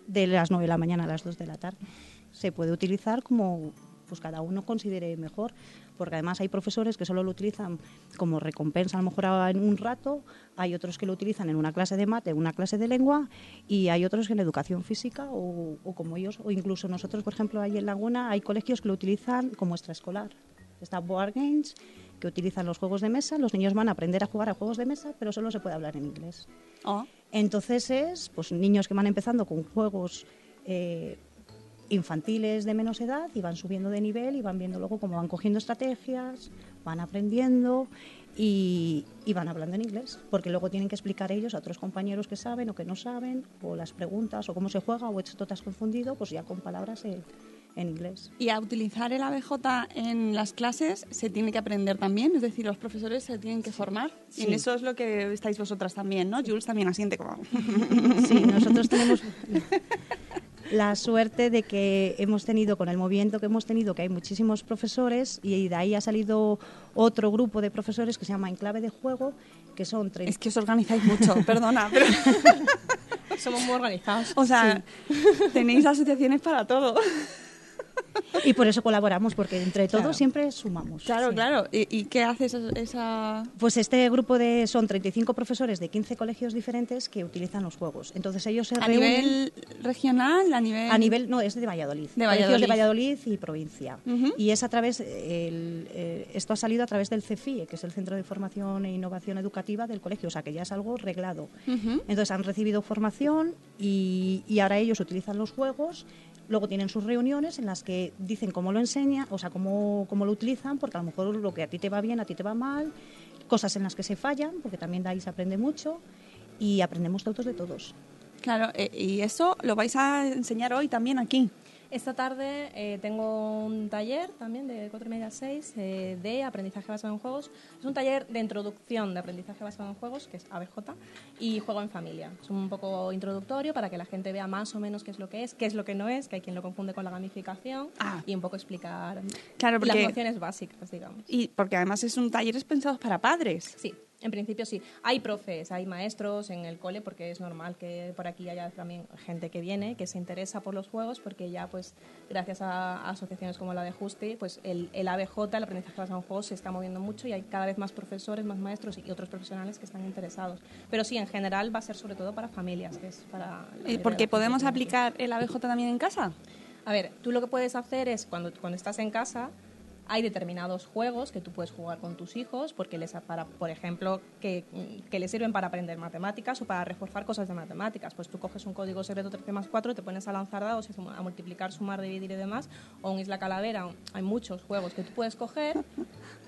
de las 9 de la mañana a las 2 de la tarde. Se puede utilizar como pues cada uno considere mejor, porque además hay profesores que solo lo utilizan como recompensa a lo mejor a- en un rato, hay otros que lo utilizan en una clase de mate, una clase de lengua y hay otros que en educación física o, o como ellos, o incluso nosotros, por ejemplo, ahí en Laguna hay colegios que lo utilizan como extraescolar. Está Board Games, que utilizan los juegos de mesa, los niños van a aprender a jugar a juegos de mesa, pero solo se puede hablar en inglés. Entonces es, pues niños que van empezando con juegos eh, infantiles de menos edad y van subiendo de nivel y van viendo luego cómo van cogiendo estrategias, van aprendiendo y, y van hablando en inglés, porque luego tienen que explicar ellos a otros compañeros que saben o que no saben, o las preguntas, o cómo se juega, o esto te has confundido, pues ya con palabras eh, en inglés. Y a utilizar el ABJ en las clases se tiene que aprender también, es decir, los profesores se tienen que formar. Y en Sí. eso es lo que estáis vosotras también, ¿no? Jules también asiente como... Sí, nosotros tenemos la suerte de que hemos tenido, con el movimiento que hemos tenido, que hay muchísimos profesores y de ahí ha salido otro grupo de profesores que se llama Enclave de Juego, que son... Es que os organizáis mucho, perdona, pero... Somos muy organizados. O sea, tenéis asociaciones para todo. Y por eso colaboramos, porque entre todos Claro. siempre sumamos. Claro, claro. ¿Y, y qué hace esa- esa... Pues este grupo de son 35 profesores de 15 colegios diferentes que utilizan los juegos. Entonces ellos se A reúnen nivel regional, a nivel... a nivel no es de Valladolid, De Colegios Valladolid. de Valladolid y provincia. Ujú. Y es a través eh, el, eh, esto ha salido a través del CEFIE, que es el Centro de Formación e Innovación Educativa del colegio, o sea que ya es algo reglado. Ujú. Entonces han recibido formación y, y ahora ellos utilizan los juegos. Luego tienen sus reuniones en las que dicen cómo lo enseña, o sea, cómo, cómo lo utilizan, porque a lo mejor lo que a ti te va bien, a ti te va mal, cosas en las que se fallan, porque también de ahí se aprende mucho y aprendemos todos de todos. Claro, eh, y eso lo vais a enseñar hoy también aquí. Esta tarde eh, tengo un taller también de 4 y media a 6 eh, de aprendizaje basado en juegos. Es un taller de introducción de aprendizaje basado en juegos, que es ABJ, y juego en familia. Es un poco introductorio para que la gente vea más o menos qué es lo que es, qué es lo que no es, que hay quien lo confunde con la gamificación, y un poco explicar Ah. Claro, las porque- nociones básicas, digamos. Y porque además es un taller pensado para padres. Sí, en principio sí. Hay profes, hay maestros en el cole porque es normal que por aquí haya también gente que viene, que se interesa por los juegos porque ya pues gracias a asociaciones como la de Justi, pues el, el ABJ, el aprendizaje basado en juegos, se está moviendo mucho y hay cada vez más profesores, más maestros y otros profesionales que están interesados. Pero sí, en general va a ser sobre todo para familias, que es para... la Eh, mayoría de porque la gente podemos que viene aquí. aplicar el ABJ también en casa. A ver, tú lo que puedes hacer es cuando, cuando estás en casa, hay determinados juegos que tú puedes jugar con tus hijos, porque les, para, por ejemplo, que, que les sirven para aprender matemáticas o para reforzar cosas de matemáticas. Pues tú coges un código secreto 13 más 4, te pones a lanzar dados, y suma- a multiplicar, sumar, dividir y demás, o un Isla Calavera. o- Hay muchos juegos que tú puedes coger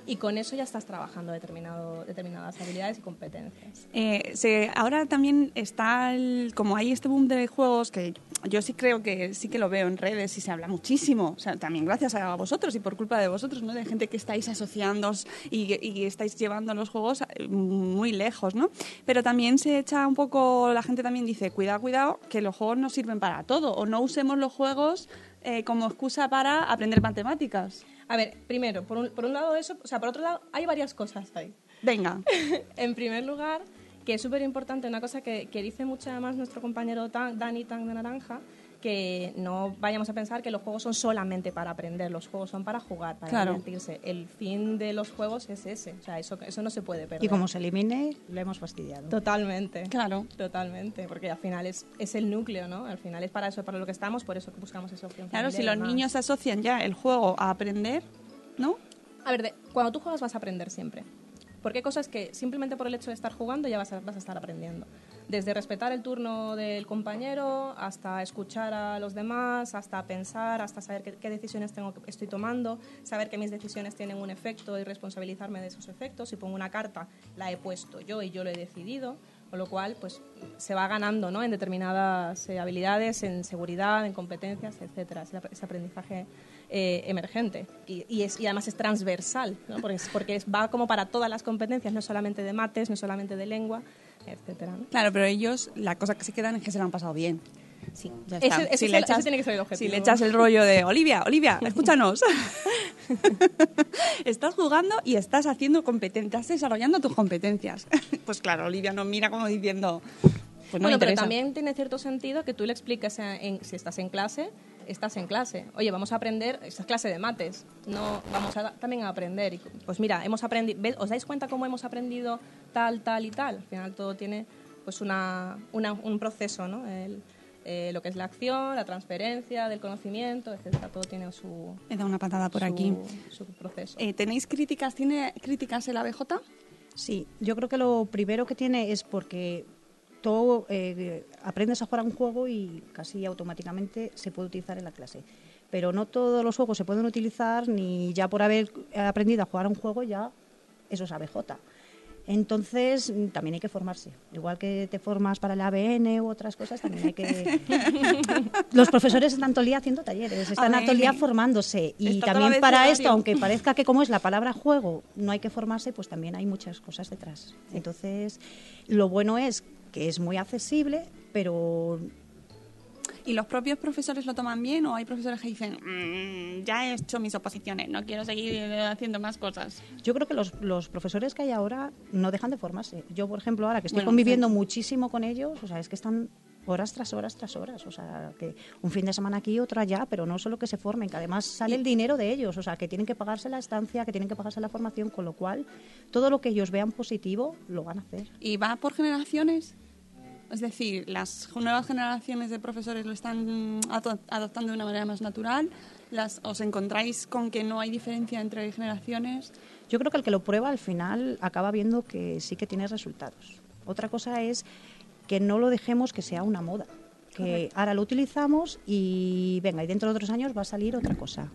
y con eso ya estás trabajando determinado, determinadas habilidades y competencias. Eh, se, ahora también está, el- como hay este boom de juegos que yo sí creo que sí que lo veo en redes y se habla muchísimo. O sea, también gracias a vosotros y por culpa de vosotros, ¿no? De gente que estáis asociándoos y, y estáis llevando los juegos eh, muy lejos, ¿no? Pero también se echa un poco, la gente también dice, cuidado, cuidado, que los juegos no sirven para todo o no usemos los juegos eh, como excusa para aprender matemáticas. A ver, primero, por un, por un lado eso, o sea, por otro lado, hay varias cosas ahí. Venga. en primer lugar, que es súper importante, una cosa que, que dice mucho además nuestro compañero Tan- Dani Tan de Naranja, que no vayamos a pensar que los juegos son solamente para aprender, los juegos son para jugar, para Claro. divertirse. El fin de los juegos es ese, o sea, eso, eso no se puede perder. Y como se elimine, lo hemos fastidiado. Totalmente. Claro. Totalmente, porque al final es, es el núcleo, ¿no? Al final es para eso, para lo que estamos, por eso que buscamos esa opción. Claro, familiar si y los demás. niños asocian ya el juego a aprender, ¿no? A ver, de- cuando tú juegas vas a aprender siempre. Porque hay cosas que simplemente por el hecho de estar jugando ya vas a, vas a estar aprendiendo. Desde respetar el turno del compañero, hasta escuchar a los demás, hasta pensar, hasta saber qué, qué decisiones tengo que- estoy tomando, saber que mis decisiones tienen un efecto y responsabilizarme de esos efectos. Si pongo una carta, la he puesto yo y yo lo he decidido. Con lo cual, pues se va ganando ¿no? en determinadas eh, habilidades, en seguridad, en competencias, etcétera. Es el ap- Ese aprendizaje eh, emergente y, y es, y además es transversal, ¿no? porque, es- porque es- va como para todas las competencias, no solamente de mates, no solamente de lengua, etcétera. ¿no? Claro, pero ellos, la cosa que se quedan es que se lo han pasado bien. Sí, ya Ese- está. ese es el- ese tiene que ser el Si objetivo. le echas el rollo de Olivia, Olivia, escúchanos. estás jugando y estás haciendo competencias, estás desarrollando tus competencias. pues claro, Olivia nos mira como diciendo. Pues no me bueno, pero interesa. también tiene cierto sentido que tú le expliques a- en- si estás en clase, estás en clase. Oye, vamos a aprender, esta es clase de mates, no vamos a, también a aprender. Y, pues mira, hemos aprendido, ¿os dais cuenta cómo hemos aprendido tal, tal y tal? Al final todo tiene pues una, una- un proceso, ¿no? El- eh, lo que es la acción, la transferencia del conocimiento, etcétera, todo tiene su, Me da una patada por su- aquí. su proceso. Eh, ¿Tenéis críticas? ¿Tiene críticas el ABJ? Sí, yo creo que lo primero que tiene es porque tú eh, aprendes a jugar a un juego y casi automáticamente se puede utilizar en la clase. Pero no todos los juegos se pueden utilizar, ni ya por haber aprendido a jugar a un juego ya eso es ABJ. Entonces mm, también hay que formarse. Igual que te formas para el ABN u otras cosas, también hay que... los profesores están todo el día haciendo talleres, están ABN. todo el día formándose. Y Está todo también para abecedario. esto, aunque parezca que como es la palabra juego, no hay que formarse, pues también hay muchas cosas detrás. Entonces, lo bueno es que es muy accesible, pero ¿Y los propios profesores lo toman bien o hay profesores que dicen, "Mm, ya he hecho mis oposiciones, no quiero seguir eh, haciendo más cosas? yo creo que los, los profesores que hay ahora no dejan de formarse. Yo, por ejemplo, ahora que estoy Bueno, conviviendo sí. muchísimo con ellos, o sea, es que están horas tras horas tras horas, o sea, que un fin de semana aquí, otro allá, pero no solo que se formen, que además sale el dinero de ellos, o sea, que tienen que pagarse la estancia, que tienen que pagarse la formación, con lo cual todo lo que ellos vean positivo lo van a hacer. ¿Y va por generaciones? Es decir, las nuevas generaciones de profesores lo están mm, ato- adoptando de una manera más natural. Las, ¿Os encontráis con que no hay diferencia entre generaciones? Yo creo que el que lo prueba al final acaba viendo que sí que tiene resultados. Otra cosa es que no lo dejemos que sea una moda. Que Correcto. ahora lo utilizamos y venga, y dentro de otros años va a salir otra cosa.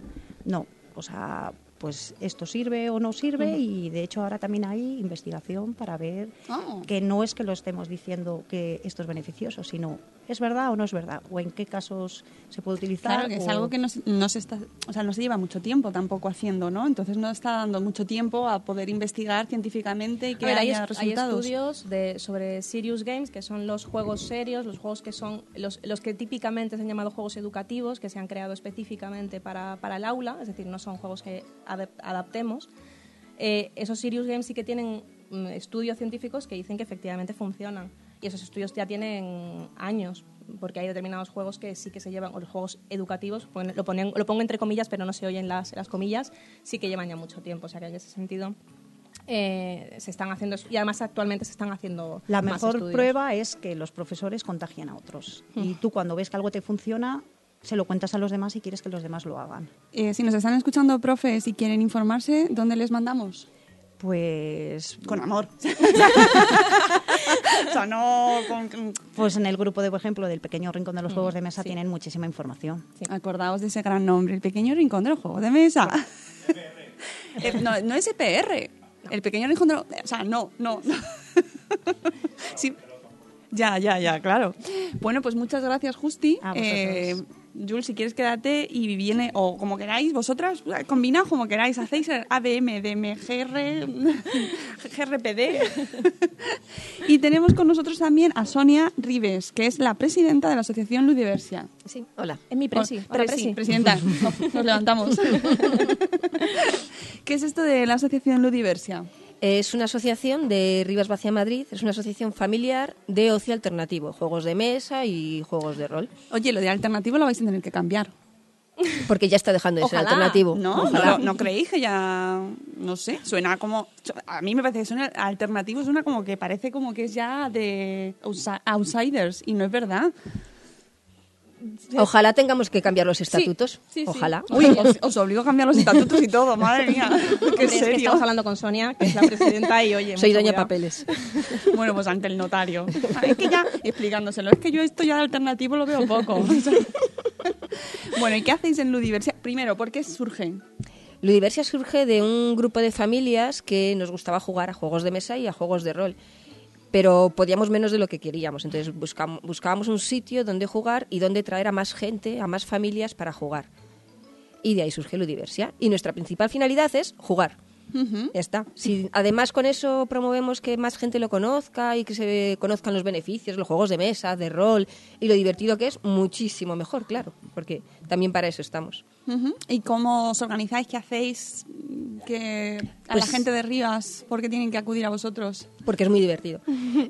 No, o sea, pues esto sirve o no sirve Ujú. y de hecho ahora también hay investigación para ver Oh, Ah. que no es que lo estemos diciendo que esto es beneficioso, sino es verdad o no es verdad, o en qué casos se puede utilizar. Claro, que es o- algo que no, se- no se está, o sea, no se lleva mucho tiempo tampoco haciendo, ¿no? Entonces no está dando mucho tiempo a poder investigar científicamente y que A ver, hay, haya es- hay resultados. estudios de, sobre serious games, que son los juegos serios, los juegos que son los, los que típicamente se han llamado juegos educativos, que se han creado específicamente para, para el aula, es decir, no son juegos que adap- adaptemos. Eh, esos serious games sí que tienen mm, estudios científicos que dicen que efectivamente funcionan. Y esos estudios ya tienen años, porque hay determinados juegos que sí que se llevan, o los juegos educativos, pon- lo, ponen- lo pongo entre comillas, pero no se oyen las, las comillas, sí que llevan ya mucho tiempo. O sea que en ese sentido eh, se están haciendo y además actualmente se están haciendo La más mejor estudios. prueba es que los profesores contagian a otros. Mm. Y tú cuando ves que algo te funciona, se lo cuentas a los demás y quieres que los demás lo hagan. Eh, si nos están escuchando profes y quieren informarse, ¿dónde les mandamos? Pues... Con amor. o sea, no con... con- Pues en el grupo, de, por ejemplo, del pequeño rincón de los juegos de mesa tienen muchísima información. Mm, Acordaos de ese gran nombre, el pequeño rincón de los juegos de mesa. Eh, no, no es EPR. El pequeño rincón de los... O sea, no, no. Sí. Ya, ya, ya, claro. Bueno, pues muchas gracias, Justi. A vosotros. Eh, Jules, si quieres quédate y viene, o como queráis, vosotras, combinad como queráis, hacéis el ABM, DMGR, GRPD. y tenemos con nosotros también a Sonia Rives, que es la presidenta de la Asociación Ludiversia. Sí, hola. Es mi presi. Hola, Hola, presi. presi, presidenta. No, nos levantamos. ¿Qué es esto de la Asociación Ludiversia? Es una asociación de Rivas Vacia Madrid, es una asociación familiar de ocio alternativo, juegos de mesa y juegos de rol. Oye, lo de alternativo lo vais a tener que cambiar. Porque ya está dejando de ser alternativo. ¿no? Ojalá. ¿No, no creéis que ya, no sé, suena como, a mí me parece que suena alternativo, suena como que parece como que es ya de outside- outsiders y no es verdad. Ojalá tengamos que cambiar los estatutos. sí, sí. Ojalá. Uy, os, os obligo a cambiar los estatutos y todo, madre mía. Hombre, Qué es que serio. estamos hablando con Sonia, que es la presidenta, y oye, Soy mucho doña cuidado. papeles. Bueno, pues ante el notario. Es que ya explicándoselo, es que yo esto ya de alternativo lo veo poco. O sea. Bueno, ¿y qué hacéis en Ludiversia? Primero, ¿por qué surgen? Ludiversia surge de un grupo de familias que nos gustaba jugar a juegos de mesa y a juegos de rol, pero podíamos menos de lo que queríamos. Entonces buscam- buscábamos un sitio donde jugar y donde traer a más gente, a más familias para jugar. y de ahí surge Ludiversia. Y nuestra principal finalidad es jugar. Ujú. Ya está. Si además con eso promovemos que más gente lo conozca y que se conozcan los beneficios, los juegos de mesa, de rol y lo divertido que es, muchísimo mejor, claro, porque también para eso estamos. Ujú. ¿Y cómo os organizáis? ¿Qué hacéis? que a la Pues- gente de Rivas, ¿por qué tienen que acudir a vosotros? Porque es muy divertido.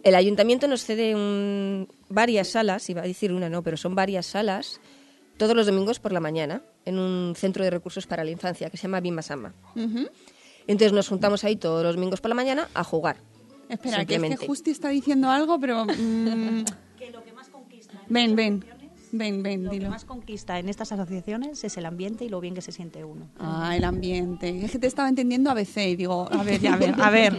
El ayuntamiento nos cede un- varias salas, iba a decir una no, pero son varias salas, todos los domingos por la mañana, en un centro de recursos para la infancia que se llama Bimasama. Ujú. Entonces nos juntamos ahí todos los domingos por la mañana a jugar. Espera, que es que Simplemente. Justi está diciendo algo, pero... mm, Ven, ven. Ven, ven, Lo que dilo. más conquista en estas asociaciones es el ambiente y lo bien que se siente uno. Ah, el ambiente. Es que te estaba entendiendo ABC y digo, a ver, ya, a ver, a ver,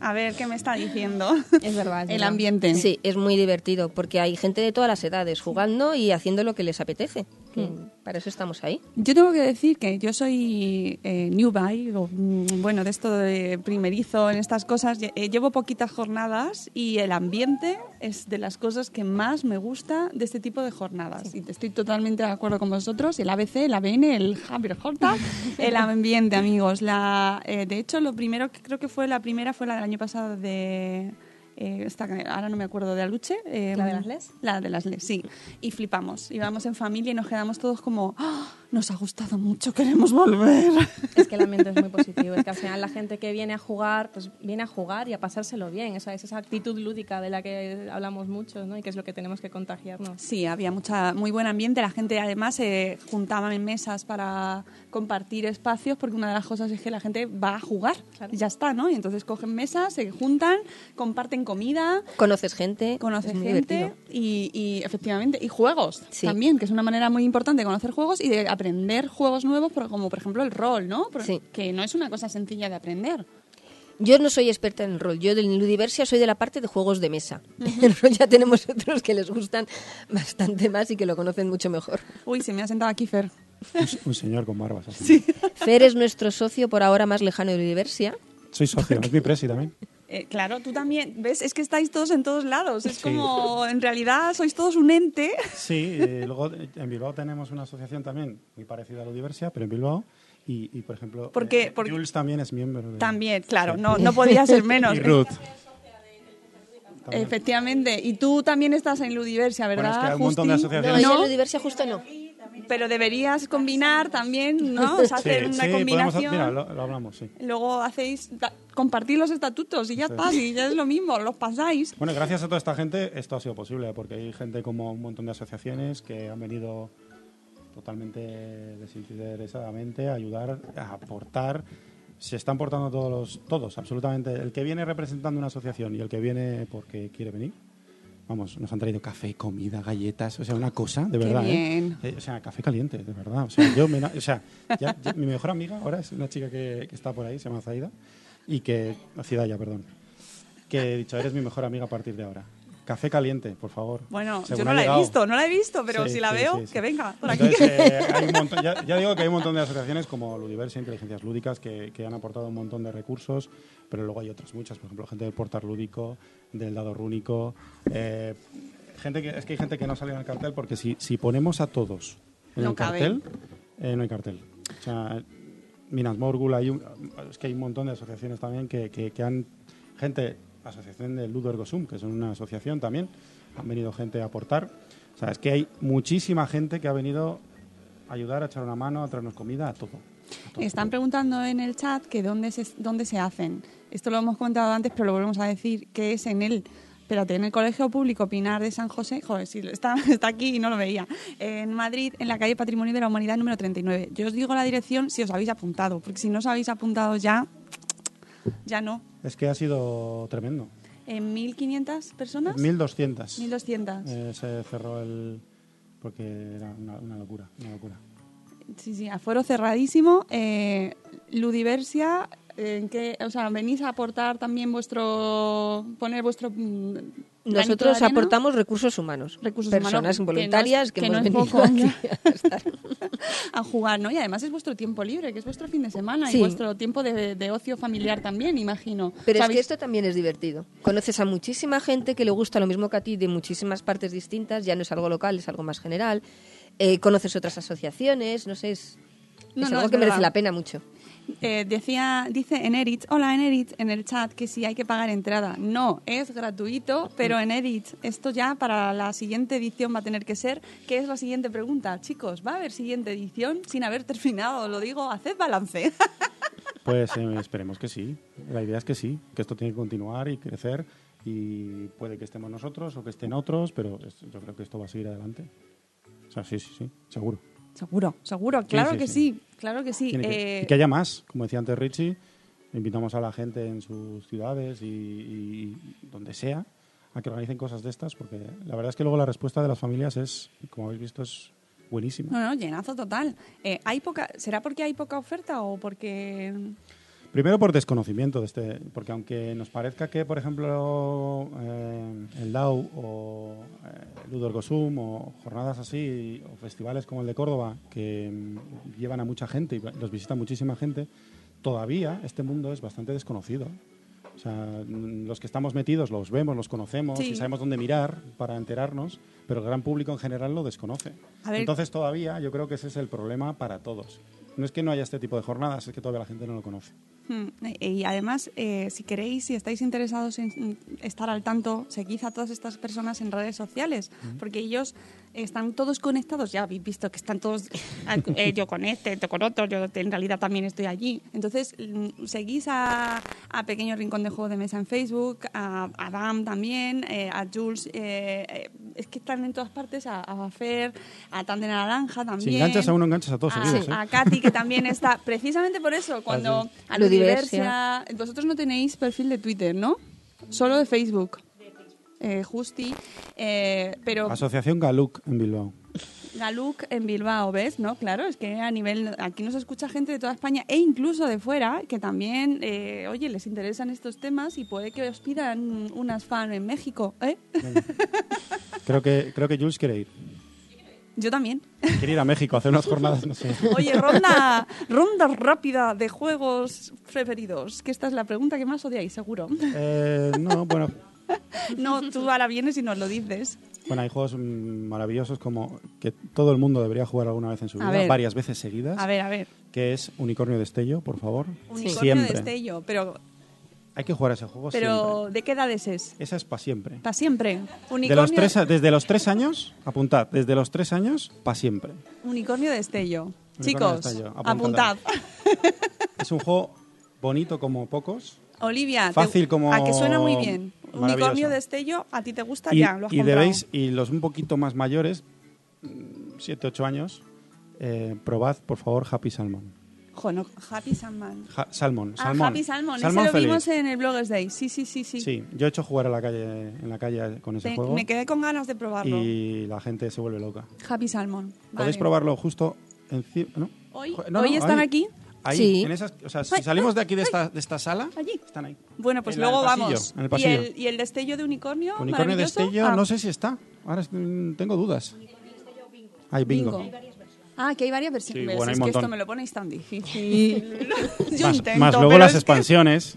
a ver qué me está diciendo. Es verdad. el ambiente. Sí, es muy divertido porque hay gente de todas las edades jugando y haciendo lo que les apetece. que Para eso estamos ahí. Yo tengo que decir que yo soy eh, newbie, o, mm, bueno, de esto de primerizo en estas cosas. Lle- eh, Llevo poquitas jornadas y el ambiente es de las cosas que más me gusta de este tipo de jornadas. Y estoy totalmente de acuerdo con vosotros. El ABC, el ABN, el Javier Horta, el ambiente, amigos. La, eh, de hecho, lo primero que creo que fue la primera fue la del año pasado de... eh, esta que ahora no me acuerdo de Aluche. eh, ¿La de las Les? La de las Les, sí. Y flipamos. Íbamos en familia y nos quedamos todos como, "Ah, nos ha gustado mucho, queremos volver. Es que el ambiente es muy positivo. Es que al final la gente que viene a jugar, pues viene a jugar y a pasárselo bien. Esa es esa actitud lúdica de la que hablamos mucho, ¿no? Y que es lo que tenemos que contagiarnos. Sí, había mucha, muy buen ambiente. La gente además se juntaba en mesas para compartir espacios, porque una de las cosas es que la gente va a jugar. y Ya está, ¿no? Y entonces cogen mesas, se juntan, comparten comida. Conoces gente. Conoces es muy gente divertido. y, y, efectivamente, y juegos también, que es una manera muy importante de conocer juegos y de aprender juegos nuevos, por- como por ejemplo el rol, ¿no? Por- Sí. Que no es una cosa sencilla de aprender. Yo no soy experta en el rol. Yo del Ludiversia soy de la parte de juegos de mesa. El rol ya tenemos otros que les gustan bastante más y que lo conocen mucho mejor. Uy, se me ha sentado aquí Fer. Un señor con barbas así. Fer es nuestro socio por ahora más lejano de Ludiversia. Soy socio, es mi presi también. Eh, claro, tú también. ¿Ves? Es que estáis todos en todos lados. Es Sí. como, en realidad, sois todos un ente. Sí, eh, luego eh, en Bilbao tenemos una asociación también muy parecida a la Diversia, pero en Bilbao. Y, y, por ejemplo, Porque- eh, Jules también es miembro de... También, claro, no, no podía ser menos. Y Ruth. Efectivamente. Y tú también estás en Ludiversia, ¿verdad? Bueno, es que hay un montón de Justi? asociaciones. No, yo en Ludiversia justo no. Pero deberías combinar también, ¿no? O sea, hacer una Sí, sí, podemos hacer- combinación. mira, lo, lo hablamos, sí. Luego hacéis da- compartir los estatutos y ya Sí. está, y ya es lo mismo, los pasáis. Bueno, gracias a toda esta gente esto ha sido posible, porque hay gente como un montón de asociaciones que han venido totalmente desinteresadamente a ayudar, a aportar. Se están portando todos, los- todos, absolutamente. El que viene representando una asociación y el que viene porque quiere venir. Vamos, nos han traído café, comida, galletas, o sea, una cosa, de Qué verdad. ¿eh? bien. Eh, O sea, café caliente, de verdad. O sea, yo me na- o sea, ya- ya- mi mejor amiga ahora es una chica que, que está por ahí, se llama Zaida, y que, Zidaya, perdón, que he dicho, eres mi mejor amiga a partir de ahora. Café caliente, por favor. Bueno, Según yo no ha la he llegado. visto, no la he visto, pero Sí, si la sí, veo, sí, sí. que venga por aquí. Entonces, eh, hay un montón- ya, ya digo que hay un montón de asociaciones como Ludiversa, Inteligencias Lúdicas, que, que han aportado un montón de recursos, pero luego hay otras muchas, por ejemplo, gente del Portar Lúdico, del Dado Rúnico. eh, gente que, es que hay gente que no sale en el cartel porque si, si ponemos a todos en No el cabe. cartel, eh, no hay cartel. O sea, Minas Morgul, hay un- es que hay un montón de asociaciones también que, que- que han. Gente, Asociación de Ludo Ergosum, que son una asociación también, han venido gente a aportar. O sea, es que hay muchísima gente que ha venido a ayudar, a echar una mano, a traernos comida, a todo. Están preguntando en el chat que dónde se, dónde se hacen. Esto lo hemos comentado antes, pero lo volvemos a decir, que es en el... Espérate, en el Colegio Público Pinar de San José, joder, sí, lo- está, está aquí y no lo veía, en Madrid, en la calle Patrimonio de la Humanidad número 39. Yo os digo la dirección si os habéis apuntado, porque si no os habéis apuntado ya, ya no. Es que ha sido tremendo. ¿En 1.500 personas? 1200. 1.200. Eh, se cerró el. porque era una, una locura, una locura. Sí, sí, aforo cerradísimo. Eh, Ludiversia, eh, ¿en qué, o sea, venís a aportar también vuestro, poner vuestro... mm, granito de Nosotros arena? aportamos recursos humanos, Recursos humanos, personas que no es- voluntarias que, que no hemos venido es poco, aquí. a jugar, ¿no? Y además es vuestro tiempo libre, que es vuestro fin de semana y Sí. vuestro tiempo de, de ocio familiar también, imagino. Pero es que ¿Sabéis? esto también es divertido. Conoces a muchísima gente que le gusta lo mismo que a ti de muchísimas partes distintas, ya no es algo local, es algo más general. Eh, conoces otras asociaciones, no sé, es, No, es no, algo es que merece verdad. la pena mucho. Eh, decía, dice Enerit, hola Enerit, en el chat que sí hay que pagar entrada. No, es gratuito, pero Enerit, esto ya para la siguiente edición va a tener que ser, que es la siguiente pregunta. Chicos, ¿va a haber siguiente edición sin haber terminado? Lo digo, haced balance. Pues eh, esperemos que sí. La idea es que sí, que esto tiene que continuar y crecer y puede que estemos nosotros o que estén otros, pero es- yo creo que esto va a seguir adelante. O sea, sí, sí, sí, seguro. Seguro, seguro, claro sí, que sí. sí. claro que sí. Tiene que- Eh, y que haya más, como decía antes Richie, invitamos a la gente en sus ciudades y, y donde sea a que organicen cosas de estas, porque la verdad es que luego la respuesta de las familias es, como habéis visto, es buenísima. No, no, llenazo total. Eh, hay poca, ¿Será porque hay poca oferta o porque...? Primero por desconocimiento de este, porque aunque nos parezca que, por ejemplo, eh, el DAO o eh, Ludorgosum o jornadas así, o festivales como el de Córdoba, que mm, llevan a mucha gente y los visita muchísima gente, todavía este mundo es bastante desconocido. O sea, mm, los que estamos metidos los vemos, los conocemos Sí. y sabemos dónde mirar para enterarnos, pero el gran público en general lo desconoce. A ver- Entonces todavía yo creo que ese es el problema para todos. No es que no haya este tipo de jornadas, es que todavía la gente no lo conoce. Hmm, eh, Y además, eh, si queréis, si estáis interesados en mm, estar al tanto, seguid a todas estas personas en redes sociales, porque ellos están todos conectados. Ya habéis visto que están todos, eh, yo con este, tú con otro, yo en realidad también estoy allí. Entonces, mm, seguís a, a Pequeño Rincón de Juegos de Mesa en Facebook, a, a Bam también, eh, a Jules, eh, eh, es que están en todas partes, a, a Fer, a Tande Naranja también. Ah, Si enganchas a uno, enganchas a todos a, seguidos. ¿eh? Ah, a Katy, que también está. Precisamente por eso, cuando Así a Ludiversia. Ludiversia- Vosotros no tenéis perfil de Twitter, ¿no? Solo de Facebook. Eh, Justi, eh, pero Asociación Galuc en Bilbao. Galuc en Bilbao, ¿ves? No, claro, es que a nivel. Aquí nos escucha gente de toda España e incluso de fuera que también, eh, oye, les interesan estos temas y puede que os pidan unas fan en México, ¿eh? Creo que, creo que Jules quiere ir. Yo también. Quiere ir a México a hacer unas jornadas, no sé. Oye, ronda, ronda rápida de juegos preferidos, que esta es la pregunta que más odiáis, seguro. Eh, no, bueno, No, tú ahora vienes y nos lo dices. bueno, hay juegos mm, maravillosos como que todo el mundo debería jugar alguna vez en su A vida, ver. varias veces seguidas, A ver, a ver. que es Unicornio Destello, por favor. Unicornio siempre. destello, pero, Hay que jugar a ese juego siempre. pero ¿de qué edades es? Esa es para siempre. Para siempre. De Unicornio, los tres, a- desde los tres años, apuntad, desde los tres años, para siempre. unicornio destello. Unicornio Chicos, destello, apuntad. apuntad. Es un juego bonito como pocos, Olivia, te- Fácil como- a que suena muy bien. Unicornio Maravilloso. destello, a ti te gusta y, ya, lo has y comprado. debéis, y los un poquito más mayores, 7, 8 años, eh, probad, por favor, Happy Salmon. Jo, no, Happy Sandman. Ja- salmon, Ah, salmón. Happy Salmon, Salmón ese lo feliz. vimos en el Bloggers Day. Sí, sí, sí, sí. Sí, yo he hecho jugar a la calle, en la calle con ese Te- juego me quedé con ganas de probarlo. y la gente se vuelve loca. Happy Salmon. Podéis vale. probarlo justo encima. ¿no? Hoy, Jo- no, hoy no, están ahí. aquí. Ahí, en esas- o sea, si Ay, salimos de ay, aquí de ay. esta, de esta sala, Allí. están ahí. Bueno, pues En la- luego en el pasillo, vamos. en el ¿Y, pasillo. el, y el destello de unicornio. Unicornio maravilloso? Destello, Ah, no sé si está. Ahora es- mm, tengo dudas. Hay bingo. Ah, que hay varias versiones. Sí, bueno, hay es un que esto montón. me lo ponéis tan difícil. Yo Más, intento, más luego pero las es que- expansiones.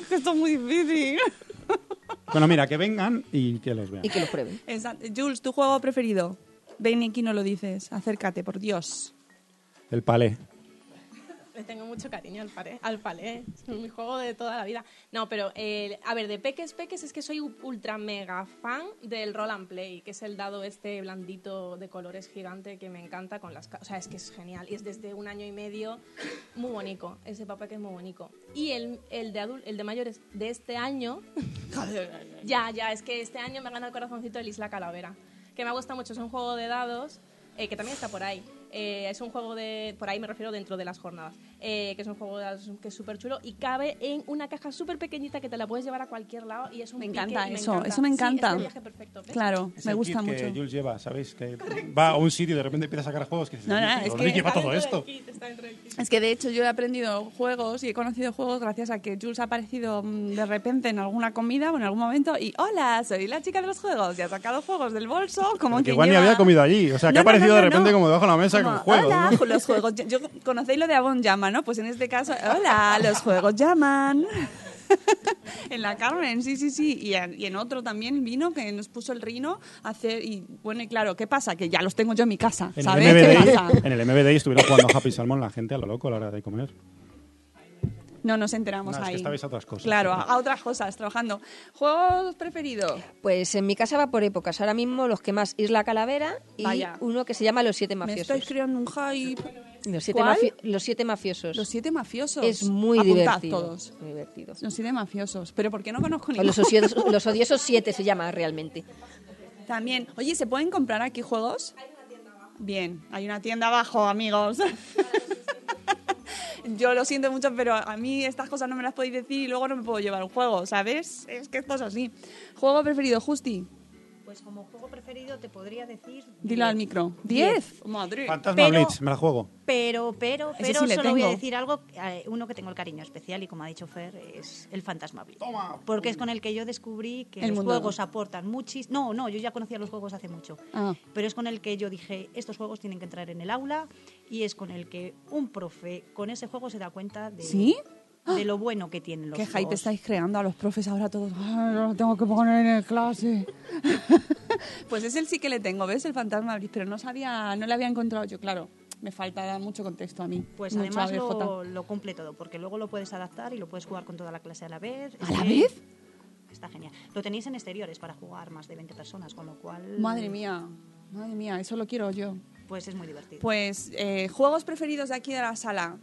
es que esto es muy difícil. Bueno, mira, que vengan y que los vean. que lo prueben. Exacto. Jules, ¿tu juego preferido? Ven aquí, no lo dices. Acércate, por Dios. El palé. Le tengo mucho cariño al, pare, al palé, ¿eh? es mi juego de toda la vida. No, pero, eh, a ver, de peques, peques, es que soy u- ultra mega fan del Roll and Play, que es el dado este blandito de colores gigante que me encanta con las... ca- O sea, es que es genial. Y es desde un año y medio muy bonito. Ese papel que es muy bonito. Y el, el, de, adul- el de mayores de este año... ya, ya, es que este año me gana el corazoncito el Isla Calavera, que me gusta mucho. Es un juego de dados eh, que también está por ahí. Eh, es un juego de, por ahí me refiero dentro de las jornadas, eh, que es un juego de dados que es súper chulo y cabe en una caja súper pequeñita que te la puedes llevar a cualquier lado y es un Me pique encanta y eso, eso me Sí, encanta. es el viaje perfecto. ¿ves? Claro, Es me el gusta kit mucho. Que Jules lleva, ¿sabéis? Que va a un sitio y de repente empieza a sacar juegos que dices, No, no, "Dios mío, es ¿dónde que lleva está todo dentro esto? del kit, está dentro del kit. Es que de hecho yo he aprendido juegos y he conocido juegos gracias a que Jules ha aparecido mm, de repente en alguna comida o en algún momento y hola, soy la chica de los juegos y ha sacado juegos del bolso como Que que igual ni había comido allí. O sea, que ha aparecido de repente como debajo de la mesa con juegos. Hola, ¿no? los juegos. Yo- yo- conocéis lo de Avon llama, ¿no? Pues en este caso, hola, los juegos llaman. en la Carmen, sí, sí, sí. Y en, y en otro también vino que nos puso el Rino a hacer. Y bueno, y claro, ¿qué pasa? Que ya los tengo yo en mi casa, En ¿sabes? ¿Qué el, pasa? MBD, en el MBD estuvieron jugando Happy Salmon la gente a lo loco a la hora de comer. No nos enteramos No, es que ahí. estabais a otras cosas. Claro, a, a otras cosas, trabajando. ¿Juegos preferidos? Pues en mi casa va por épocas. Ahora mismo los que más Isla Calavera y Vaya. uno que se llama Los Siete Me Mafiosos. estáis creando un hype. Los siete, ¿Cuál? mafi- los siete mafiosos. Los siete mafiosos. Es muy Apuntad divertido. todos. Muy divertido. Los siete mafiosos. Pero ¿por qué no conozco O ninguno? Los, odiosos, los odiosos siete se llama realmente. También. Oye, ¿se pueden comprar aquí juegos? Bien, hay una tienda abajo, amigos. Yo lo siento mucho, pero a mí estas cosas no me las podéis decir y luego no me puedo llevar un juego, ¿sabes? Es que esto es así. ¿Juego preferido, Justi? Pues como juego preferido te podría decir... Dilo al micro. Diez. ¿Diez? Madre. Fantasma Pero- Blitz, me la juego. Pero, pero, Ese pero sí le solo voy a tengo. decir algo, eh, uno que tengo el cariño especial y como ha dicho Fer, es el Fantasma Blitz. Porque es con el que yo descubrí que El los mundo. juegos aportan muchis... No, no, yo ya conocía los juegos hace mucho. Ah. Pero es con el que yo dije, estos juegos tienen que entrar en el aula y es con el que un profe con ese juego se da cuenta de, ¿Sí? de lo bueno que tienen los ¿Qué juegos. hype estáis creando a los profes ahora todos? "Ay, no lo tengo que poner en el clase. pues es el sí que le tengo, ¿ves? El fantasma Blitz, pero no sabía, no le había encontrado yo, claro. Me falta mucho contexto a mí. Pues mucho además ABJ. lo, lo cumple todo, porque luego lo puedes adaptar y lo puedes jugar con toda la clase a la vez. ¿A la Eh, vez? Está genial. Lo tenéis en exteriores para jugar más de 20 personas, con lo cual... Madre mía, madre mía, eso lo quiero yo. Pues es muy divertido. Pues eh, juegos preferidos de aquí de la sala.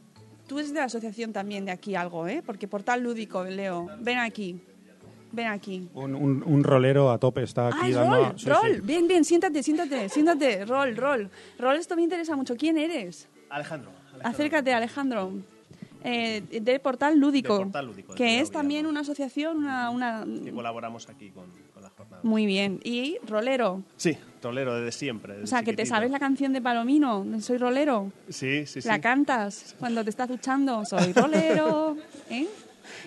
Tú eres de la asociación también de aquí algo, ¿eh? Porque portal lúdico, Leo. Ven aquí, ven aquí. Un, un- un rolero a tope está Ah, aquí es dando. Rol, sí, sí. Rol. Bien, bien, siéntate, siéntate, siéntate. Rol, Rol. Rol, esto me interesa mucho. ¿Quién eres? Alejandro. Acércate, Alejandro. Eh, de Portal Lúdico. De Portal Lúdico, de Que Ciudad es también una asociación, una... una- Que colaboramos aquí con, con la jornada. Muy bien. Y Rolero. Sí, Tolero desde siempre. desde O sea, que te chiquitito. sabes la canción de Palomino, de Soy Rolero. Sí, sí, sí. La cantas cuando te estás duchando. Soy rolero. ¿eh?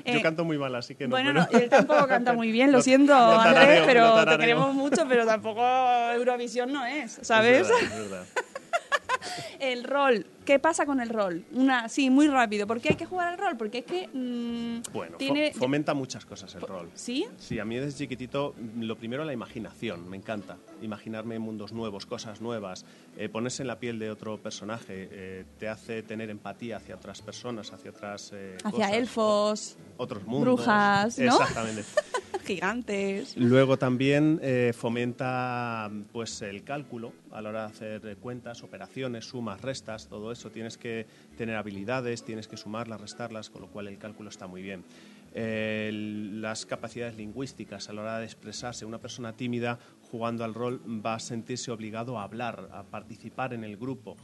Yo Eh, canto muy mal, así que no. bueno, pero- no, él tampoco canta muy bien, lo No- siento, no Andrés, tarareo, no pero te tarareo. queremos mucho, pero tampoco Eurovisión no es, Es ¿sabes? verdad, es verdad. El rol, ¿qué pasa con el rol? Una, sí, muy rápido, ¿por qué hay que jugar al rol? Porque es que mm, Bueno, fo- tiene... fomenta muchas cosas el rol. ¿Sí? Sí, a mí desde chiquitito, mm, lo primero la imaginación, me encanta. Imaginarme mundos nuevos, cosas nuevas, eh, ponerse en la piel de otro personaje, eh, te hace tener empatía hacia otras personas, hacia otras eh, Hacia cosas, elfos, otros mundos. brujas, ¿no? Exactamente. gigantes. Luego también eh, fomenta pues el cálculo a la hora de hacer eh, cuentas, operaciones, sumas, restas, todo eso. Tienes que tener habilidades, tienes que sumarlas, restarlas, con lo cual el cálculo está muy bien. Eh, las capacidades lingüísticas a la hora de expresarse. Una persona tímida jugando al rol va a sentirse obligado a hablar, a participar en el grupo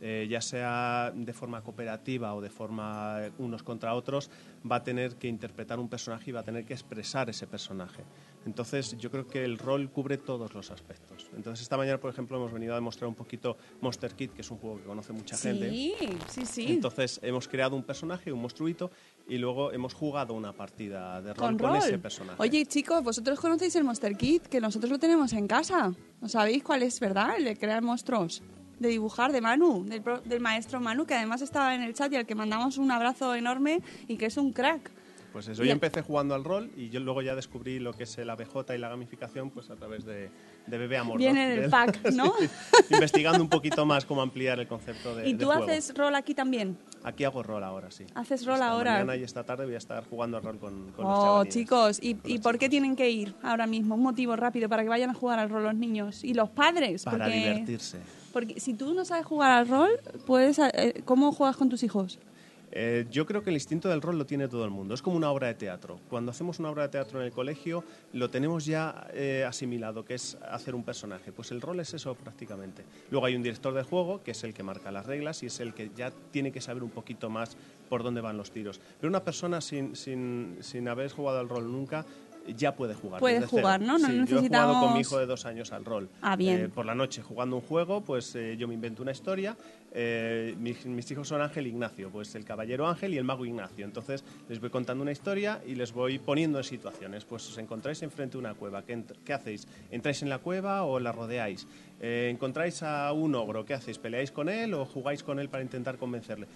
eh, ya sea de forma cooperativa o de forma eh, unos contra otros, va a tener que interpretar un personaje y va a tener que expresar ese personaje. Entonces, yo creo que el rol cubre todos los aspectos. Entonces, esta mañana, por ejemplo, hemos venido a demostrar un poquito Monster Kid, que es un juego que conoce mucha gente. Sí, sí, sí. Entonces hemos creado un personaje, un monstruito, y luego hemos jugado una partida de rol con con, rol. ese personaje. Oye, chicos, vosotros conocéis el Monster Kit, que nosotros lo tenemos en casa. ¿No sabéis cuál es, verdad? El de crear monstruos. De dibujar, de Manu, del, pro- del maestro Manu, que además estaba en el chat y al que mandamos un abrazo enorme y que es un crack. Pues eso, Bien. yo empecé jugando al rol y yo luego ya descubrí lo que es el ABJ y la gamificación pues a través de, de Bebé Amor. Viene del pack, ¿no? investigando un poquito más cómo ampliar el concepto de ¿Y de tú juego. haces rol aquí también? Aquí hago rol ahora, sí. ¿Haces rol Esta ahora? mañana y esta tarde voy a estar jugando al rol con, con los oh, chavalines. chicos, ¿y, y por qué tienen que ir ahora mismo? Un motivo rápido para que vayan a jugar al rol los niños y los padres. Para porque, divertirse. Porque si tú no sabes jugar al rol, puedes, eh, ¿cómo juegas con tus hijos? Eh, yo creo que el instinto del rol lo tiene todo el mundo. Es como una obra de teatro. Cuando hacemos una obra de teatro en el colegio, lo tenemos ya eh, asimilado, que es hacer un personaje. Pues el rol es eso prácticamente. Luego hay un director de juego, que es el que marca las reglas y es el que ya tiene que saber un poquito más por dónde van los tiros. Pero una persona sin, sin, sin haber jugado al rol nunca ya puede jugar. Puede desde cero. jugar, ¿no? No Sí, Yo he jugado con necesitamos- mi hijo de dos años al rol. Ah, bien. Eh, por la noche jugando un juego, pues eh, yo me invento una historia. eh, mis, mis hijos son Ángel e Ignacio, pues el caballero Ángel y el mago Ignacio. Entonces les voy contando una historia y les voy poniendo en situaciones. Pues os encontráis enfrente de una cueva, ¿qué, ent- qué hacéis? ¿Entráis en la cueva o la rodeáis? Eh, ¿Encontráis a un ogro? ¿Qué hacéis? ¿Peleáis con él o jugáis con él para intentar convencerle?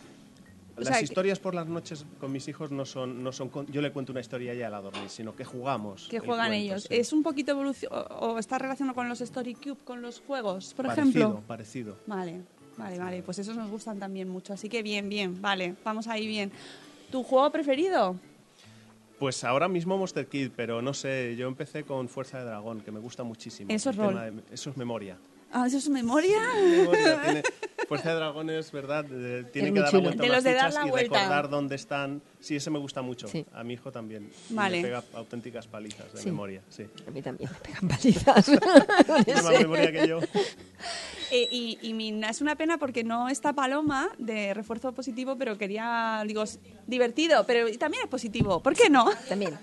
O Las sea, historias por las noches con mis hijos no son, no son con- yo le cuento una historia y ya la dormir, sino que jugamos. que el juegan cuento, ellos. sí. ¿Es un poquito evolucio- o, o está relacionado con los Story Cube, con los juegos, por parecido, ejemplo? Parecido. Vale, vale, vale. Pues esos nos gustan también mucho. Así que bien, bien, vale. Vamos ahí bien. ¿Tu juego preferido? Pues ahora mismo Monster Kid, pero no sé, yo empecé con Fuerza de Dragón, que me gusta muchísimo. Eso es El rol. tema de- eso es memoria. Ah, ¿Eso es memoria? memoria, tiene- Fuerza de Dragón es verdad, de- tiene Es que muy dar la chulo. vuelta De a las los de dar fichas la y vuelta. recordar dónde están. Sí, ese me gusta mucho. Sí. A mi hijo también. Vale. Me pega auténticas palizas de Sí. memoria. Sí. A mí también me pegan palizas. Tiene más memoria que yo. Eh, y, y mi- es una pena porque no está Paloma de refuerzo positivo, pero quería, digo, es divertido, pero también es positivo. ¿Por qué no? También.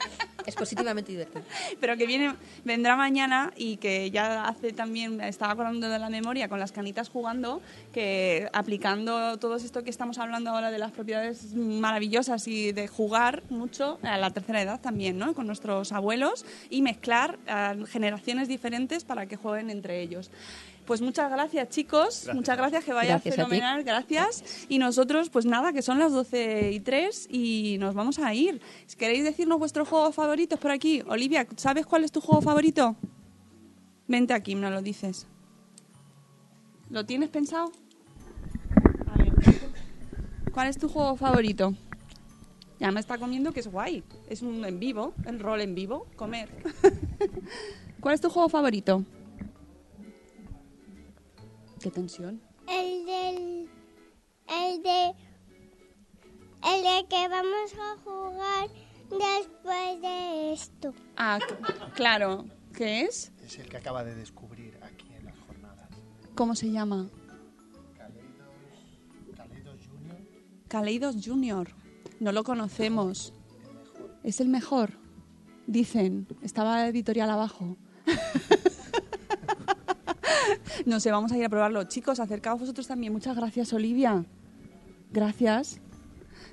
Es positivamente divertido. Pero que viene, vendrá mañana y que ya hace también, me estaba acordando de la memoria con las canitas jugando, que aplicando todo esto que estamos hablando ahora de las propiedades maravillosas y de jugar mucho a la tercera edad también, ¿no? Con nuestros abuelos y mezclar a generaciones diferentes para que jueguen entre ellos. Pues muchas gracias chicos, Gracias. muchas gracias, que vaya Gracias a ti. fenomenal, gracias. Y nosotros, pues nada, que son las 12 y 3 y nos vamos a ir. Si queréis decirnos vuestros juegos favoritos por aquí, Olivia, ¿sabes cuál es tu juego favorito? Vente aquí, nos lo dices. ¿Lo tienes pensado? ¿Cuál es tu juego favorito? Ya me está comiendo que es guay. Es un en vivo, el rol en vivo, comer. ¿Cuál es tu juego favorito? Qué tensión. El del. El de. El de que vamos a jugar después de esto. Ah, c- claro. ¿Qué es? Es el que acaba de descubrir aquí en las jornadas. ¿Cómo se llama? Caleidos Junior. Kaleidos Junior. No lo conocemos. Es el mejor. Dicen. Estaba la editorial abajo. no sé, vamos a ir a probarlo. Chicos, acercaos vosotros también. Muchas gracias, Olivia. Gracias.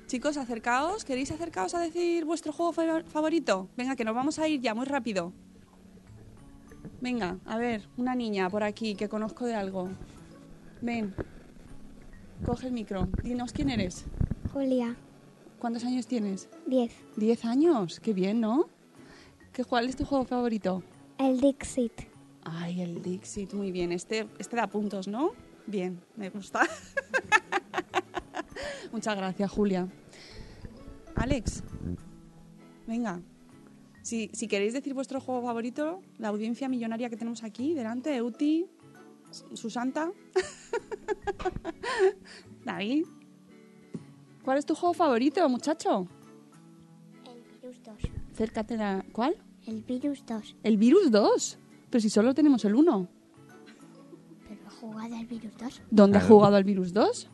Chicos, acercaos. ¿Queréis acercaos a decir vuestro juego fa- favorito? Venga, que nos vamos a ir ya muy rápido. Venga, a ver, una niña por aquí que conozco de algo. Ven, coge el micro. Dinos quién eres. Julia, ¿Cuántos años tienes? 10. Diez años. Qué bien, ¿no? ¿Qué, ¿Cuál es tu juego favorito? El Dixit. Ay, el Dixit, muy bien. Este, este da puntos, ¿no? Bien, me gusta. Muchas gracias, Julia. Alex, venga. Si, si queréis decir vuestro juego favorito, la audiencia millonaria que tenemos aquí delante, Euti, Su- Susanta, David. ¿Cuál es tu juego favorito, muchacho? El virus 2. Cércate la... ¿Cuál? El virus 2. El Virus 2. Pero si solo tenemos el 1. Pero ha jugado al virus 2. ¿Dónde ha Claro. jugado al Virus 2?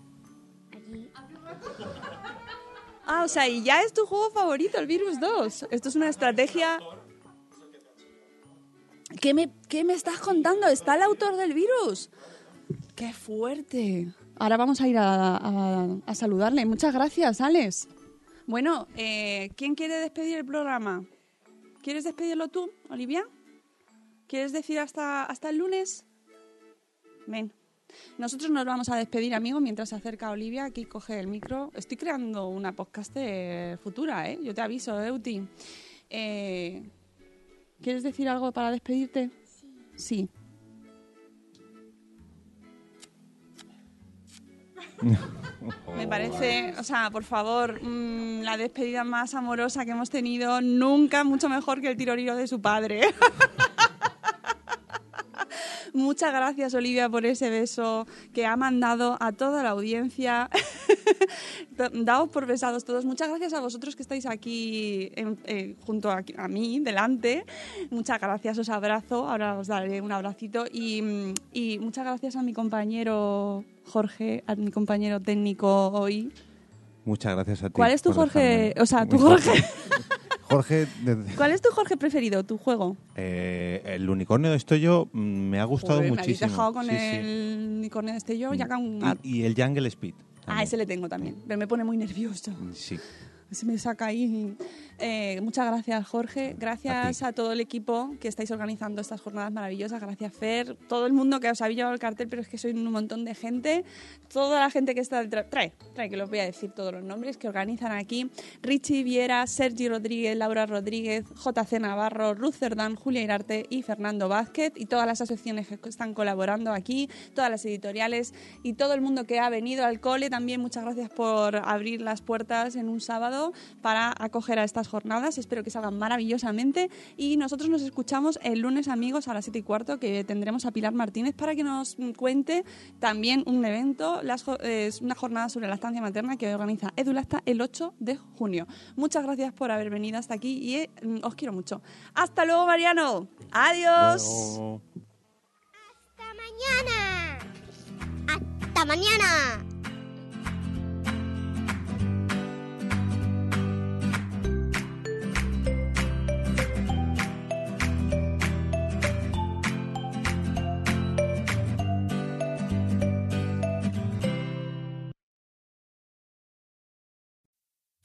Ah, o sea, y ya es tu juego favorito, el Virus 2. Esto es una estrategia... ¿Qué me, ¿Qué me estás contando? ¿Está el autor del virus? ¡Qué fuerte! Ahora vamos a ir a, a- a saludarle. Muchas gracias, Alex. Bueno, eh, ¿quién quiere despedir el programa? ¿Quieres despedirlo tú, Olivia? ¿Quieres decir hasta, hasta el lunes? Ven. Nosotros nos vamos a despedir, amigos, mientras se acerca Olivia. Aquí coge el micro. Estoy creando una podcast futura, ¿eh? Yo te aviso, Euti. Eh, ¿Quieres decir algo para despedirte? Sí. Me parece, o sea, por favor, mm, la despedida más amorosa que hemos tenido, nunca mucho mejor que el tiroriro de su padre. Muchas gracias, Olivia, por ese beso que ha mandado a toda la audiencia. Da- Daos por besados todos. Muchas gracias a vosotros que estáis aquí en- eh, junto a, a mí, delante. Muchas gracias, os abrazo. Ahora os daré un abracito. Y, mm, y muchas gracias a mi compañero Jorge, a mi compañero técnico hoy. Muchas gracias a ti. ¿Cuál es tu por Jorge? dejarme- O sea, tu Mi Jorge. Jorge, de- ¿Cuál es tu Jorge preferido, tu juego? eh, el unicornio de Estoyo mm, me ha gustado Joder, Me habéis muchísimo. dejado con Sí, sí. Mm, el unicornio de Estello ya con una Y, y el Jungle Speed. Ah, ese le tengo también, pero me pone muy nervioso. Sí. Se me saca ahí. Eh, muchas gracias, Jorge. Gracias a, todo el equipo que estáis organizando estas jornadas maravillosas. Gracias, Fer. Todo el mundo que os habéis llevado el cartel, pero es que soy un montón de gente. Toda la gente que está detrás. Trae, trae, que los voy a decir todos los nombres que organizan aquí. Richie Viera, Sergi Rodríguez, Laura Rodríguez, JC Navarro, Ruth Cerdán, Julia Irarte y Fernando Vázquez. Y todas las asociaciones que están colaborando aquí, todas las editoriales y todo el mundo que ha venido al cole. También muchas gracias por abrir las puertas en un sábado para acoger a estas jornadas. Espero que salgan maravillosamente. Y nosotros nos escuchamos el lunes, amigos, a las 7 y cuarto, que tendremos a Pilar Martínez para que nos cuente también un evento, las jo- es una jornada sobre la estancia materna que organiza Edulasta el 8 de junio. Muchas gracias por haber venido hasta aquí y eh, os quiero mucho. ¡Hasta luego, Mariano! ¡Adiós! Hasta mañana.